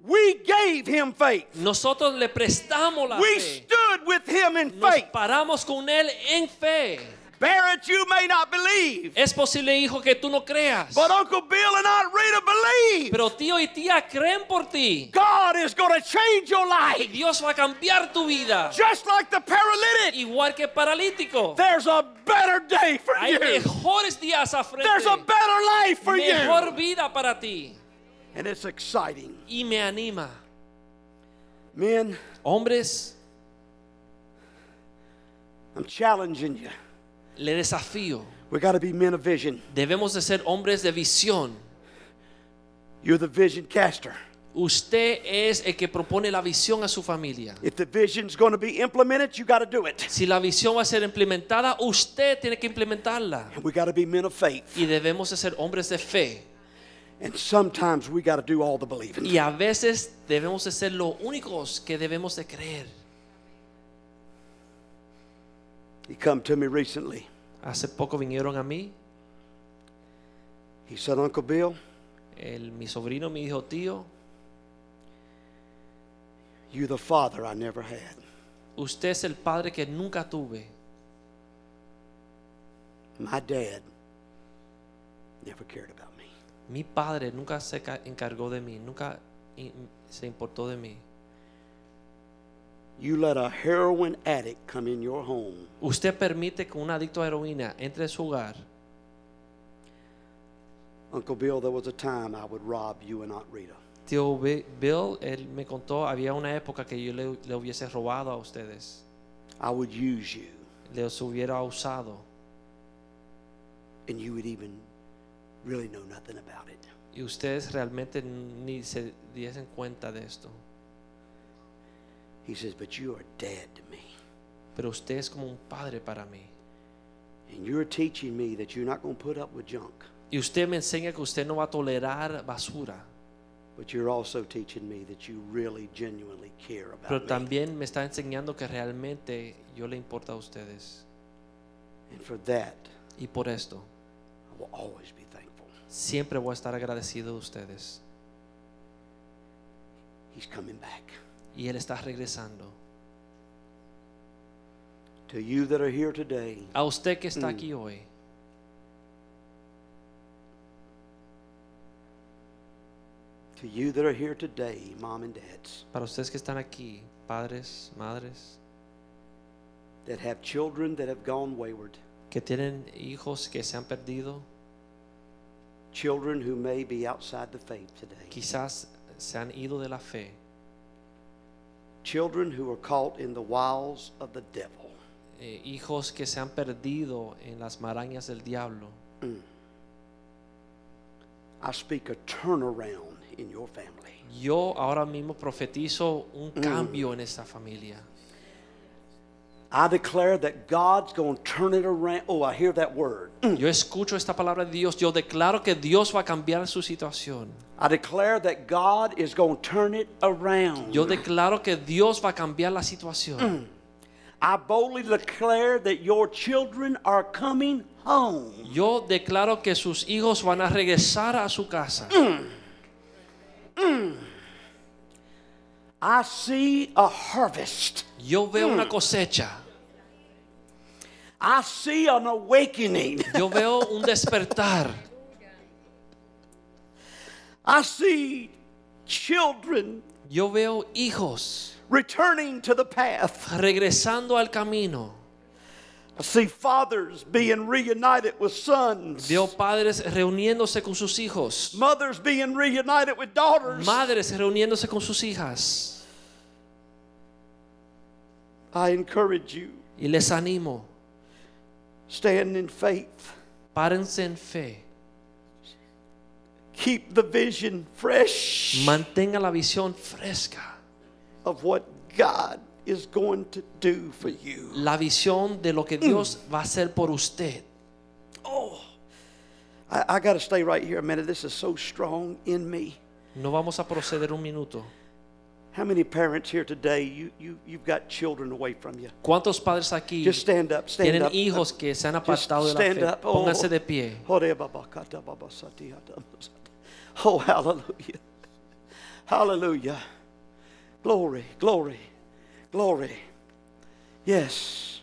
S1: We gave him faith.
S2: Nosotros le prestamos la
S1: We
S2: fe.
S1: stood with him in
S2: Nos
S1: faith.
S2: paramos con él en fe.
S1: Barrett, you may not believe,
S2: Es posible, hijo, que tú no creas.
S1: but Uncle Bill and Aunt Rita believe.
S2: Pero tío y tía creen por ti.
S1: God is going to change your
S2: Y
S1: life.
S2: Dios va a cambiar tu vida.
S1: Just like the paralytic,
S2: Igual que paralítico.
S1: there's a better day for
S2: Hay
S1: you.
S2: mejores días a
S1: There's a
S2: frente.
S1: better life for
S2: Mejor
S1: you.
S2: vida para ti.
S1: And it's exciting.
S2: Y me anima.
S1: Men,
S2: Hombres,
S1: I'm challenging you.
S2: le desafío.
S1: We got to be men of vision.
S2: Debemos de ser hombres de visión.
S1: You're the vision caster.
S2: Usted es el que propone la visión a su familia.
S1: If the vision's going to be implemented, you got to do it.
S2: Si la visión va a ser implementada, usted tiene que implementarla.
S1: And we got to be men of faith.
S2: Y debemos de ser hombres de fe.
S1: And sometimes we got to do all the believing.
S2: Y a veces debemos de ser los únicos que debemos de creer.
S1: He come to me recently.
S2: Hace poco vinieron a mí,
S1: He said, Uncle Bill,
S2: el- mi sobrino me dijo, tío,
S1: you're the father I never had.
S2: usted es el padre que nunca tuve.
S1: My dad never cared about me.
S2: Mi padre nunca se ca- encargó de mí, nunca in- se importó de mí.
S1: You let a heroin addict come in your home.
S2: Usted permite que un adicto a heroína entre en su hogar.
S1: Uncle Bill, there was a time I would rob you and Aunt Rita.
S2: Tío Bi- Bill, él me contó, había una época que yo le, le hubiese robado a ustedes,
S1: I would use you,
S2: les hubiera usado
S1: and you would even really know nothing about it.
S2: y ustedes realmente ni se diesen cuenta de esto.
S1: He says, But you are dad to me.
S2: Pero usted es como un padre para mí.
S1: And you're teaching me that you're not going to put up with junk,
S2: Y usted me enseña que usted no va a tolerar basura,
S1: but you're also teaching me that you really genuinely care
S2: pero
S1: about me.
S2: también me está enseñando que realmente yo le importa a ustedes.
S1: And for that,
S2: Y por esto,
S1: I will always be thankful.
S2: siempre voy a estar agradecido de ustedes.
S1: He's coming back.
S2: Y Él está regresando.
S1: To you that are here today,
S2: A usted que está aquí hoy,
S1: to you that are here today, mom and dads,
S2: para ustedes que están aquí, padres, madres,
S1: that have children that have gone wayward,
S2: que tienen hijos que se han perdido,
S1: children who may be outside the faith today,
S2: quizás se han ido de la fe,
S1: children who are caught in the wiles of the devil.
S2: eh, hijos que se han perdido en las marañas del diablo.
S1: I speak a turnaround in your family.
S2: Yo ahora mismo profetizo un cambio en esta familia.
S1: I declare that God's going to turn it around. Oh, I hear that word.
S2: Yo escucho esta palabra de Dios. Yo declaro que Dios va a cambiar su situación.
S1: I declare that God is going to turn it around.
S2: Yo declaro que Dios va a cambiar la situación.
S1: I boldly declare that your children are coming home.
S2: Yo declaro que sus hijos van a regresar a su casa.
S1: I see a harvest.
S2: Yo veo una cosecha.
S1: I see an awakening.
S2: Yo veo un despertar.
S1: I see children
S2: Yo veo hijos
S1: returning to the path.
S2: regresando al camino.
S1: I see fathers being reunited with sons.
S2: Veo padres reuniéndose con sus hijos.
S1: Mothers being reunited with daughters.
S2: Madres reuniéndose con sus hijas.
S1: I encourage you,
S2: Y les animo.
S1: stand in faith.
S2: Párense en fe.
S1: Keep the vision fresh
S2: Mantenga la visión fresca,
S1: of what God is going to do for you.
S2: la visión de lo que Dios
S1: Mm.
S2: va a hacer por usted.
S1: I, I got to stay right here a minute. This is so strong in me.
S2: No vamos a proceder un minuto.
S1: How many parents here today, you, you, you've got children away from you?
S2: ¿Cuántos padres aquí
S1: Just stand up, stand
S2: tienen
S1: up.
S2: hijos que se han
S1: Just
S2: apartado de la
S1: stand
S2: fe?
S1: up.
S2: Pónganse de pie.
S1: Oh, hallelujah. Hallelujah. Glory, glory, glory. Yes.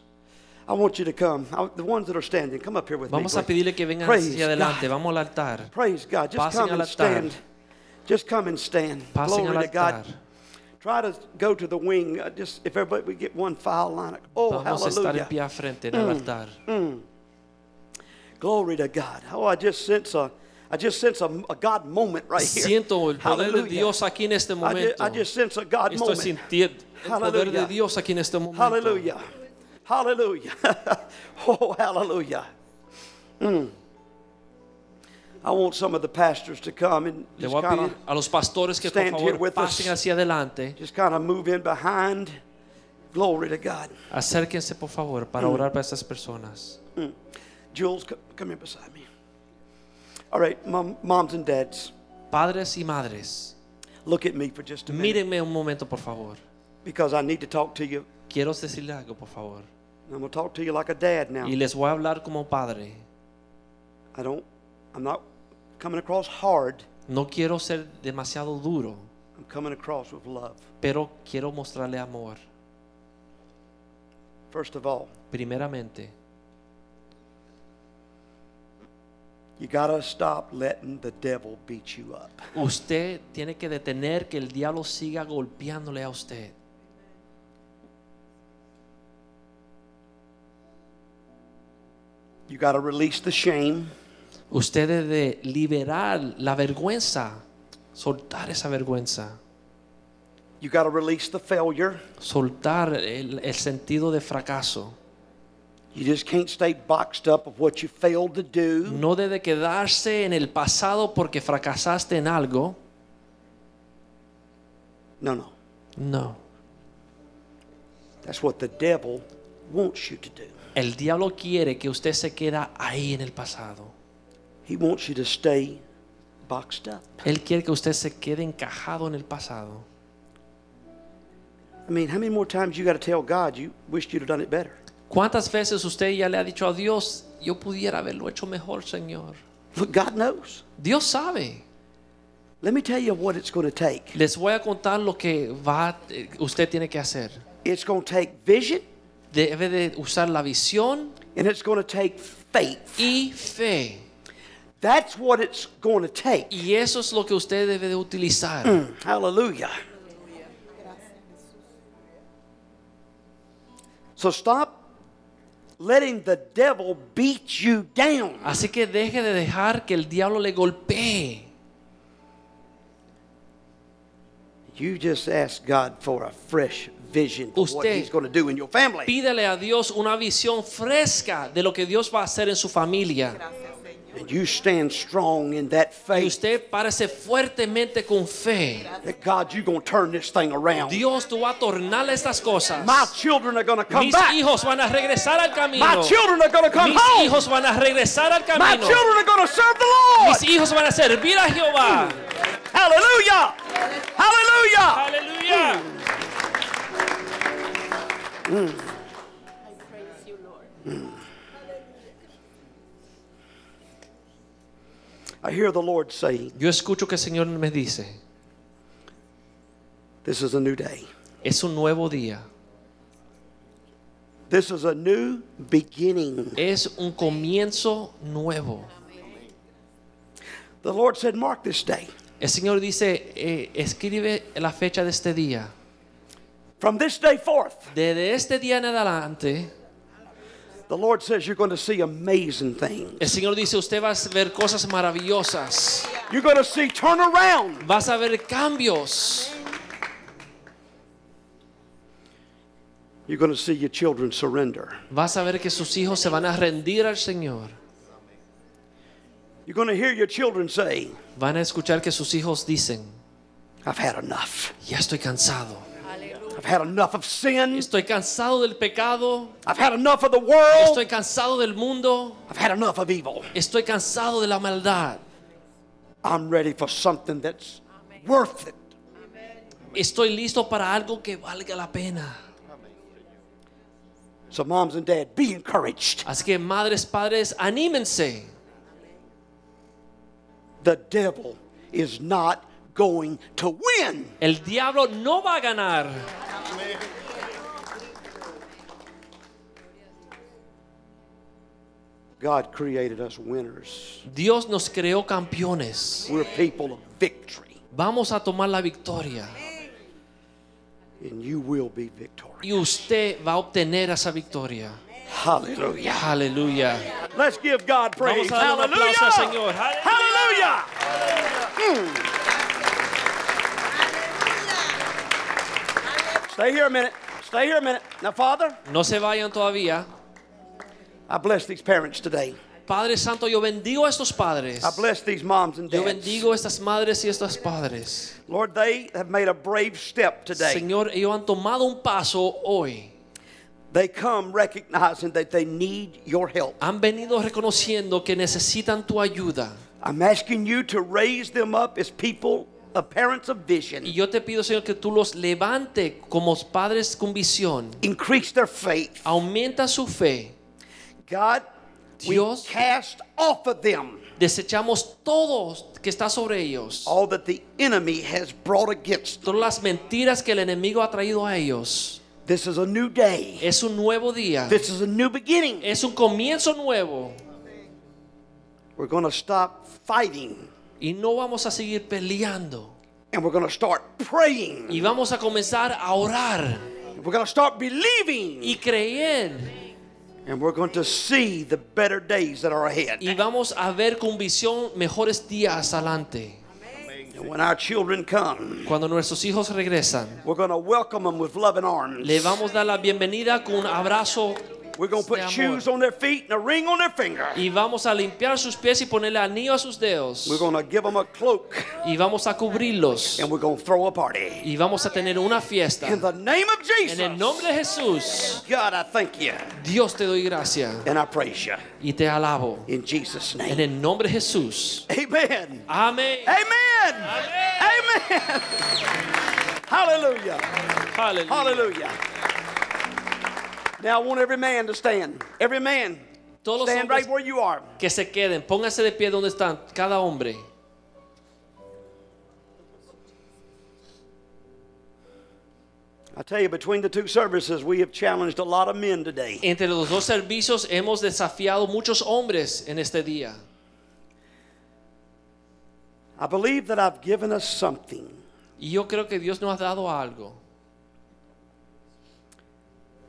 S1: I want you to come. I- the ones that are standing, come up here with
S2: Vamos
S1: me.
S2: a pedirle que vengan
S1: Praise
S2: hacia adelante.
S1: God.
S2: Vamos al altar.
S1: Praise God. Just
S2: Pasen
S1: come and
S2: al altar.
S1: stand. Just come and stand.
S2: Pasen
S1: Glory
S2: al
S1: to God.
S2: altar.
S1: Try to go to the wing. Uh, just if everybody would get one file line. Oh,
S2: Vamos a estar
S1: hallelujah. Mm.
S2: en pie a frente en el altar.
S1: Glory to God. Oh, I just sense a, I just sense a, a God moment right here.
S2: Siento el poder de
S1: Hallelujah.
S2: Dios aquí en este
S1: I ju-
S2: momento.
S1: I just sense a God
S2: Estoy
S1: moment.
S2: sintiendo el poder de
S1: Hallelujah.
S2: Dios aquí en este momento.
S1: Hallelujah. Hallelujah. oh, hallelujah. Mm. I want some of the pastors to come and
S2: Le
S1: just
S2: voy a
S1: kind of
S2: pedir a los pastores que por
S1: stand here
S2: favor
S1: with
S2: pasen
S1: us.
S2: hacia adelante.
S1: just kind of move in behind. Glory to God.
S2: Acérquense por favor para
S1: Mm.
S2: orar para estas personas.
S1: Jules, come, come here beside me. All right, mom, moms and dads,
S2: Padres y madres,
S1: look at me for just a minute
S2: mírenme un momento por favor.
S1: because I need to talk to you.
S2: Quiero decirle algo por favor.
S1: I'm going to talk to you like a dad now.
S2: Y les voy a hablar como padre.
S1: I don't, I'm not coming across hard.
S2: No quiero ser demasiado duro,
S1: I'm coming across with love.
S2: pero quiero mostrarle amor.
S1: First of all,
S2: Primeramente,
S1: you got to stop letting the devil beat you up.
S2: usted tiene que detener que el diablo siga golpeándole a usted.
S1: You got to release the shame.
S2: Usted debe liberar la vergüenza, soltar esa vergüenza,
S1: You got to release the failure.
S2: soltar el, el sentido de fracaso.
S1: You just can't stay boxed up of what you failed to do.
S2: No debe quedarse en el pasado porque fracasaste en algo.
S1: No, no.
S2: No.
S1: That's what the devil wants you to do.
S2: El diablo quiere que usted se queda ahí en el pasado.
S1: He wants you to stay boxed up.
S2: Él quiere que usted se quede encajado en el pasado.
S1: I mean, how many more times you got to tell God you wished you'd have done it better?
S2: ¿Cuántas veces usted ya le ha dicho a Dios, yo pudiera haberlo hecho mejor, Señor?
S1: Look, God knows.
S2: Dios sabe.
S1: Let me tell you what it's going to take.
S2: Les voy a contar lo que va, eh, usted tiene que hacer.
S1: It's going to take vision
S2: Debe de usar la visión
S1: and it's going to take faith.
S2: y fe.
S1: That's what it's going to take.
S2: Y eso es lo que usted debe de utilizar.
S1: Hallelujah. So stop letting the devil beat you down.
S2: Así que deje de dejar que el diablo le golpee.
S1: You just ask God for a fresh vision of what
S2: Usted
S1: He's going to do in your family.
S2: Pídele a Dios una visión fresca de lo que Dios va a hacer en su familia.
S1: And you stand strong in that
S2: Y
S1: faith
S2: usted parece fuertemente con fe.
S1: that God, you're going to turn this thing around.
S2: Dios, tú vas a tornar estas cosas.
S1: My children are going to come
S2: Mis
S1: back.
S2: hijos van a regresar al camino.
S1: My children are going to come
S2: Mis
S1: home.
S2: hijos van a regresar al
S1: My
S2: camino.
S1: children are going to serve the Lord.
S2: Mis hijos van a servir a Jehová.
S1: Hallelujah! Hallelujah!
S2: Aleluya.
S1: I hear the Lord saying,
S2: Yo escucho que el Señor me dice,
S1: This is a new day.
S2: es un nuevo día.
S1: This is a new beginning.
S2: Es un comienzo nuevo.
S1: The Lord said, Mark this day.
S2: El Señor dice, eh, escribe la fecha de este día.
S1: From this day forth,
S2: Desde este día en adelante,
S1: the Lord says you're going to see amazing things.
S2: el Señor dice, usted va a ver cosas maravillosas.
S1: You're going to see turnaround.
S2: Vas a ver cambios.
S1: You're going to see your children surrender.
S2: Vas a ver que sus hijos se van a rendir al Señor.
S1: You're going to hear your children say,
S2: Van a escuchar que sus hijos dicen,
S1: I've had enough.
S2: ya estoy cansado.
S1: I've had enough of sin.
S2: Estoy cansado del pecado.
S1: I've had enough of the world.
S2: Estoy cansado del mundo.
S1: I've had enough of evil.
S2: Estoy cansado de la maldad.
S1: I'm ready for something that's worth it.
S2: Estoy listo para algo que valga la pena.
S1: So, moms and dad, be encouraged.
S2: Así que madres, padres, anímense.
S1: The devil is not going to win.
S2: El diablo no va a ganar.
S1: God created us winners.
S2: Dios nos creó campeones.
S1: We're people of victory,
S2: Vamos a tomar la victoria.
S1: and you will be victorious.
S2: Y usted va a obtener esa victoria.
S1: Hallelujah.
S2: Aleluya.
S1: Let's give God praise.
S2: Vamos a darle un
S1: Hallelujah.
S2: aplauso al Señor.
S1: Hallelujah.
S2: Hmm.
S1: Mm. Stay here a minute. Stay here a minute. Now, Father,
S2: No se vayan todavía.
S1: I bless these parents today.
S2: Padre Santo, yo bendigo a estos padres.
S1: I bless these moms and
S2: Yo
S1: dads.
S2: bendigo a estas madres y a estos padres.
S1: Lord, they have made a brave step today.
S2: Señor, ellos han tomado un paso hoy.
S1: They come recognizing that they need your help.
S2: Han venido reconociendo que necesitan tu ayuda.
S1: I'm asking you to raise them up as people, of parents of
S2: Y
S1: vision.
S2: yo te pido, Señor, que tú los levante como padres con visión.
S1: Increase their faith.
S2: Aumenta su fe.
S1: God, we
S2: Dios.
S1: cast off of them
S2: Desechamos todo que está sobre ellos.
S1: all that the enemy has brought against them.
S2: Todas las mentiras que el enemigo ha traído a ellos.
S1: This is a new day.
S2: Es un nuevo día.
S1: This is a new beginning.
S2: Es un comienzo nuevo.
S1: We're going to stop fighting
S2: Y no vamos a seguir peleando.
S1: and we're going to start praying.
S2: Y vamos a comenzar a orar
S1: We're going to start believing
S2: y creer.
S1: and we're going to see the better days that are ahead.
S2: Y vamos a ver con visión mejores días adelante.
S1: And when our children come,
S2: Cuando nuestros hijos regresan,
S1: we're going to welcome them with loving arms.
S2: le vamos a dar la bienvenida con un abrazo
S1: We're going to put
S2: de amor.
S1: shoes on their feet and a ring on their finger.
S2: Y vamos a limpiar sus pies y ponerle anillo a sus dedos.
S1: We're going to give them a cloak
S2: Y vamos a cubrirlos.
S1: and we're going to throw a party.
S2: Y vamos a tener una fiesta.
S1: In the name of Jesus.
S2: En el nombre de Jesús,
S1: God, I thank you
S2: Dios te doy gracias
S1: and I praise you
S2: y te alabo.
S1: in Jesus'
S2: En
S1: name.
S2: el nombre de Jesús.
S1: Amen.
S2: Amén.
S1: Amen. Amen. Hallelujah.
S2: Aleluya.
S1: Hallelujah. Now I want every man to stand. Every man,
S2: Todos los
S1: stand right
S2: hombres-
S1: where you are.
S2: Que se queden. Pónganse de pie donde están cada hombre.
S1: I tell you, between the two services, we have challenged a lot of men today.
S2: Entre los dos servicios hemos desafiado muchos hombres en este día.
S1: I believe that I've given us something
S2: Y yo creo que Dios nos ha dado algo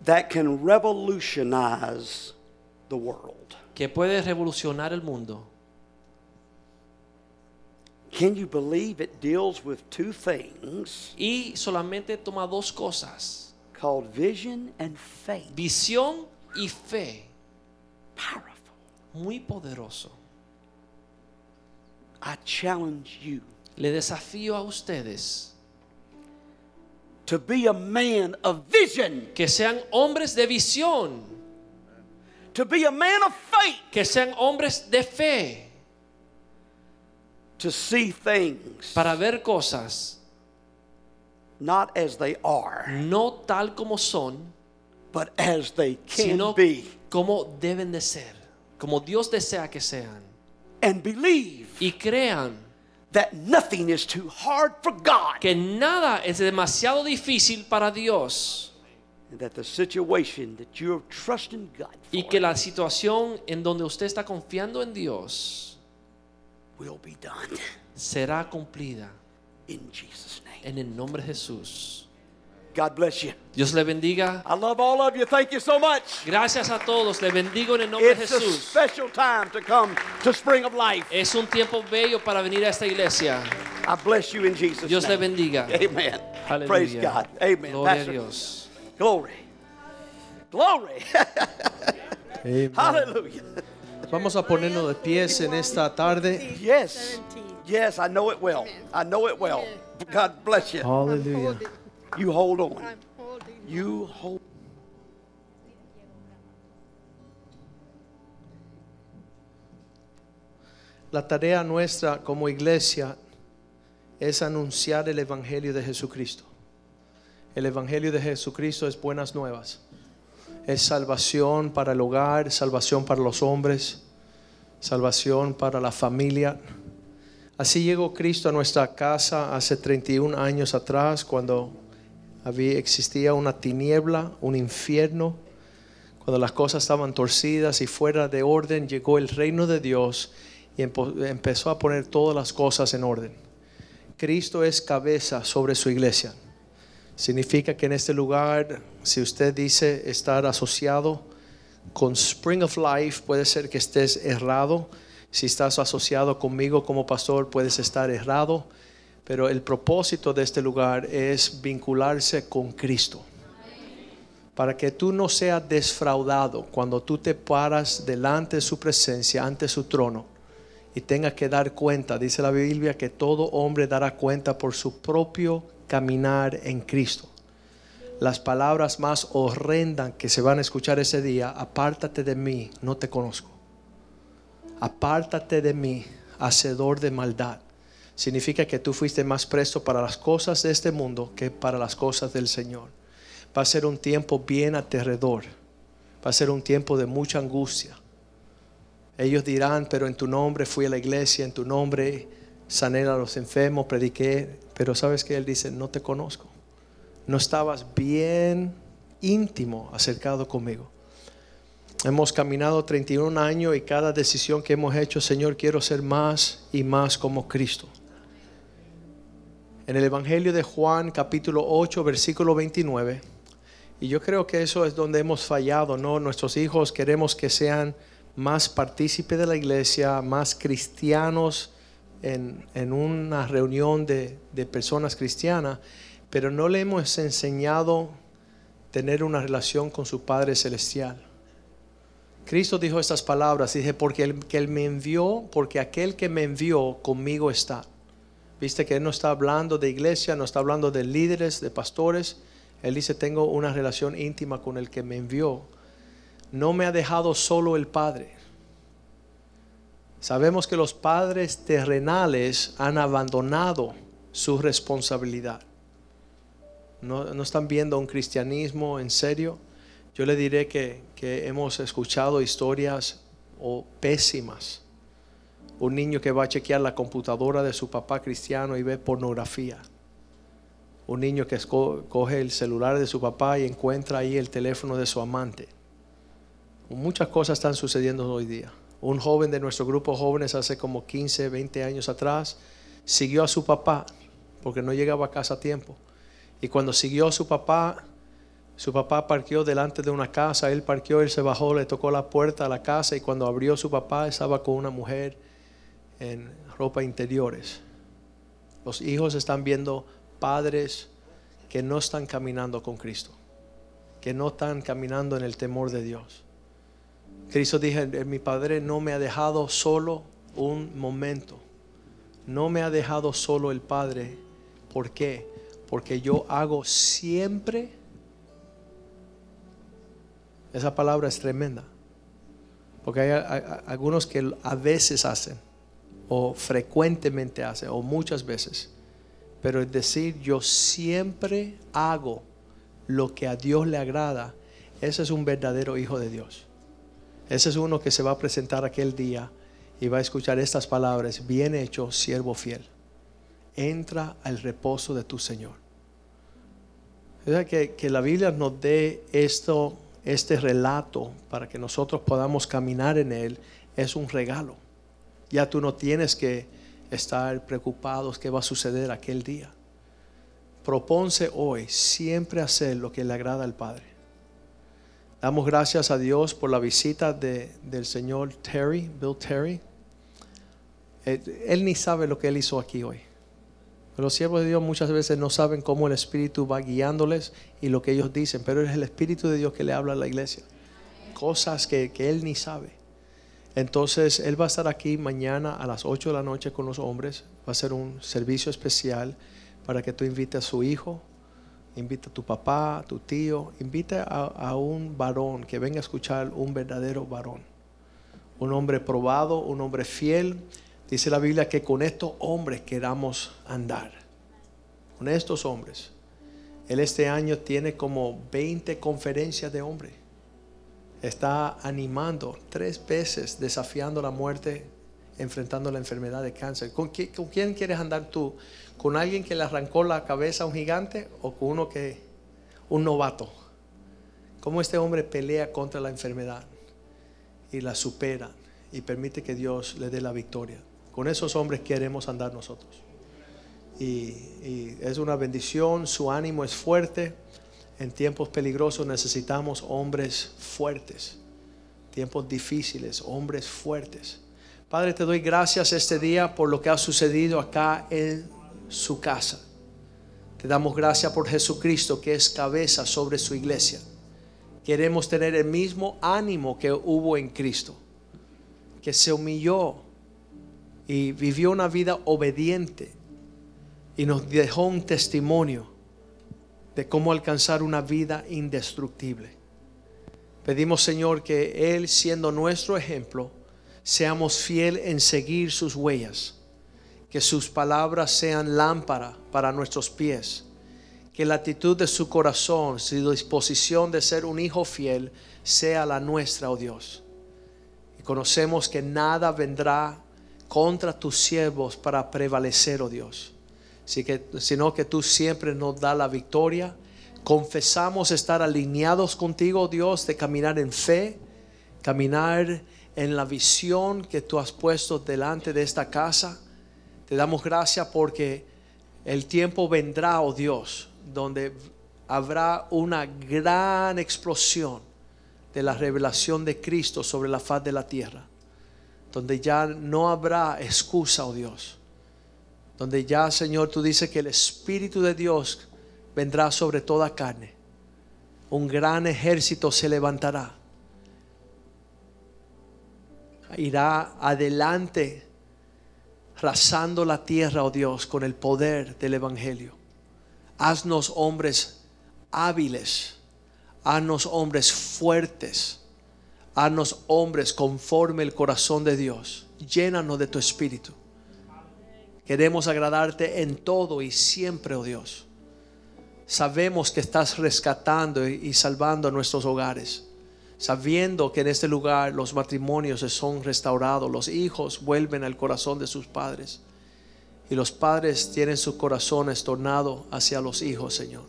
S1: that can revolutionize the world.
S2: que puede revolucionar el mundo.
S1: Can you believe it deals with two things
S2: Y solamente toma dos cosas.
S1: called vision and faith?
S2: visión y fe
S1: Powerful.
S2: muy poderoso.
S1: I challenge you
S2: Le desafío a ustedes
S1: to be a man of vision,
S2: que sean hombres de visión,
S1: to be a man of faith,
S2: que sean hombres de fe
S1: to see things
S2: para ver cosas
S1: not as they are,
S2: no tal como son,
S1: but as they can
S2: sino
S1: be,
S2: como deben de ser, como Dios desea que sean.
S1: and believe
S2: Y crean
S1: that nothing is too hard for God,
S2: que nada es demasiado difícil para Dios
S1: and that the situation that you're trusting God for
S2: y que la situación en donde usted está confiando en Dios
S1: will be done
S2: será cumplida
S1: in Jesus' name.
S2: en el nombre de Jesús.
S1: God bless you.
S2: Dios le bendiga.
S1: I love all of you. Thank you so much.
S2: Gracias a todos. Le bendigo en el nombre de
S1: It's a
S2: Jesús.
S1: special time to come to Spring of Life.
S2: Es un tiempo bello para venir a esta iglesia.
S1: I bless you in Jesus'
S2: Dios le
S1: name.
S2: bendiga.
S1: Amen.
S2: Aleluya.
S1: Praise God. Amen.
S2: Gloria a
S1: Pastor,
S2: Dios.
S1: Glory. Glory. Hallelujah.
S3: Vamos a ponernos de pies en esta tarde.
S1: Yes. Yes, I know it well. I know it well. God bless you.
S3: Aleluya.
S1: You hold on. You hold.
S3: La tarea nuestra como iglesia es anunciar el Evangelio de Jesucristo. El Evangelio de Jesucristo es buenas nuevas. Es salvación para el hogar, salvación para los hombres, salvación para la familia. Así llegó Cristo a nuestra casa hace 31 años atrás, cuando había, existía una tiniebla, un infierno, cuando las cosas estaban torcidas y fuera de orden, llegó el reino de Dios y empo- empezó a poner todas las cosas en orden. Cristo es cabeza sobre su iglesia. Significa que en este lugar, si usted dice estar asociado con Spring of Life, puede ser que estés errado. Si estás asociado conmigo como pastor, puedes estar errado. Pero el propósito de este lugar es vincularse con Cristo. Para que tú no seas defraudado cuando tú te paras delante de su presencia, ante su trono y tenga que dar cuenta. Dice la Biblia que todo hombre dará cuenta por su propio caminar en Cristo. Las palabras más horrendas que se van a escuchar ese día, apártate de mí, no te conozco. Apártate de mí, hacedor de maldad. Significa que tú fuiste más presto para las cosas de este mundo que para las cosas del Señor. Va a ser un tiempo bien aterredor. Va a ser un tiempo de mucha angustia. Ellos dirán, pero en tu nombre fui a la iglesia, en tu nombre sané a los enfermos, prediqué. Pero sabes que Él dice, no te conozco. No estabas bien íntimo acercado conmigo. Hemos caminado 31 años y cada decisión que hemos hecho, Señor, quiero ser más y más como Cristo. En el Evangelio de Juan, capítulo 8, versículo 29. Y yo creo que eso es donde hemos fallado, ¿no? Nuestros hijos queremos que sean más partícipes de la iglesia, más cristianos en, en una reunión de, de personas cristianas, pero no le hemos enseñado tener una relación con su Padre Celestial. Cristo dijo estas palabras, dije, porque el que él me envió, porque aquel que me envió conmigo está. Viste que Él no está hablando de iglesia, no está hablando de líderes, de pastores. Él dice, tengo una relación íntima con el que me envió. No me ha dejado solo el Padre. Sabemos que los padres terrenales han abandonado su responsabilidad. No, no están viendo un cristianismo en serio. Yo le diré que, que hemos escuchado historias o pésimas un niño que va a chequear la computadora de su papá cristiano y ve pornografía. Un niño que esco- coge el celular de su papá y encuentra ahí el teléfono de su amante. Muchas cosas están sucediendo hoy día. Un joven de nuestro grupo de jóvenes hace como 15, 20 años atrás siguió a su papá porque no llegaba a casa a tiempo. Y cuando siguió a su papá, su papá parqueó delante de una casa, él parqueó, él se bajó, le tocó la puerta a la casa y cuando abrió su papá estaba con una mujer en ropa interiores. Los hijos están viendo padres que no están caminando con Cristo, que no están caminando en el temor de Dios. Cristo dijo, "Eh, mi Padre no me ha dejado solo un momento, no me ha dejado solo el Padre. ¿Por qué? Porque yo hago siempre, esa palabra es tremenda, porque hay, a- a- algunos que a veces hacen, o frecuentemente hacen, o muchas veces, pero es decir, yo siempre hago lo que a Dios le agrada, ese es un verdadero hijo de Dios. Ese es uno que se va a presentar aquel día y va a escuchar estas palabras, bien hecho, siervo fiel. Entra al reposo de tu Señor. O sea, que, que la Biblia nos dé esto, este relato para que nosotros podamos caminar en él, es un regalo. Ya tú no tienes que estar preocupados qué va a suceder aquel día. Proponse hoy siempre hacer lo que le agrada al Padre. Damos gracias a Dios por la visita de- del señor Terry, Bill Terry. Él, él ni sabe lo que él hizo aquí hoy. Los siervos de Dios muchas veces no saben cómo el Espíritu va guiándoles y lo que ellos dicen, pero es el Espíritu de Dios que le habla a la iglesia. Cosas que, que él ni sabe. Entonces, él va a estar aquí mañana a las 8 de la noche con los hombres. Va a ser un servicio especial para que tú invites a su hijo, invita a tu papá, a tu tío, invita a, a un varón que venga a escuchar un verdadero varón. Un hombre probado, un hombre fiel. Dice la Biblia que con estos hombres queramos andar. Con estos hombres. Él este año tiene como 20 conferencias de hombres está animando tres veces, desafiando la muerte, enfrentando la enfermedad de cáncer. ¿Con, qui- con quién quieres andar tú? ¿Con alguien que le arrancó la cabeza a un gigante o con uno que, un novato? ¿Cómo este hombre pelea contra la enfermedad y la supera y permite que Dios le dé la victoria? Con esos hombres queremos andar nosotros. Y, y es una bendición, su ánimo es fuerte. En tiempos peligrosos necesitamos hombres fuertes. Tiempos difíciles, hombres fuertes. Padre, te doy gracias este día por lo que ha sucedido acá en su casa. Te damos gracias por Jesucristo que es cabeza sobre su iglesia. Queremos tener el mismo ánimo que hubo en Cristo, que se humilló y vivió una vida obediente y nos dejó un testimonio de cómo alcanzar una vida indestructible. Pedimos, Señor, que Él, siendo nuestro ejemplo, seamos fiel en seguir sus huellas, que sus palabras sean lámpara para nuestros pies, que la actitud de su corazón, su disposición de ser un hijo fiel, sea la nuestra, oh Dios. Y conocemos que nada vendrá contra tus siervos para prevalecer, oh Dios. Así que- sino que tú siempre nos da la victoria. Confesamos estar alineados contigo, Dios, de caminar en fe, caminar en la visión que tú has puesto delante de esta casa. Te damos gracias porque el tiempo vendrá, oh Dios, donde habrá una gran explosión de la revelación de Cristo sobre la faz de la tierra, donde ya no habrá excusa, oh Dios donde ya, Señor, tú dices que el Espíritu de Dios vendrá sobre toda carne. Un gran ejército se levantará. Irá adelante, rasando la tierra, oh Dios, con el poder del Evangelio. Haznos hombres hábiles, haznos hombres fuertes, haznos hombres conforme el corazón de Dios. Llénanos de tu Espíritu. Queremos agradarte en todo y siempre, oh Dios. Sabemos que estás rescatando y y salvando nuestros hogares. Sabiendo que en este lugar los matrimonios se son restaurados, los hijos vuelven al corazón de sus padres. Y los padres tienen sus corazones tornados hacia los hijos, Señor.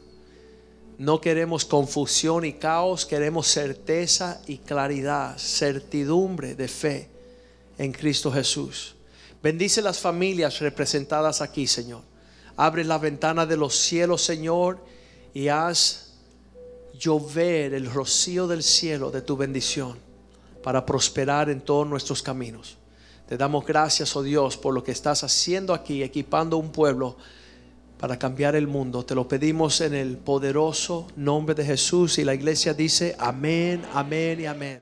S3: No queremos confusión y caos, queremos certeza y claridad, certidumbre de fe en Cristo Jesús. Bendice las familias representadas aquí, Señor. Abre la ventana de los cielos, Señor, y haz llover el rocío del cielo de tu bendición para prosperar en todos nuestros caminos. Te damos gracias, oh Dios, por lo que estás haciendo aquí, equipando un pueblo para cambiar el mundo. Te lo pedimos en el poderoso nombre de Jesús y la iglesia dice amén, amén y amén.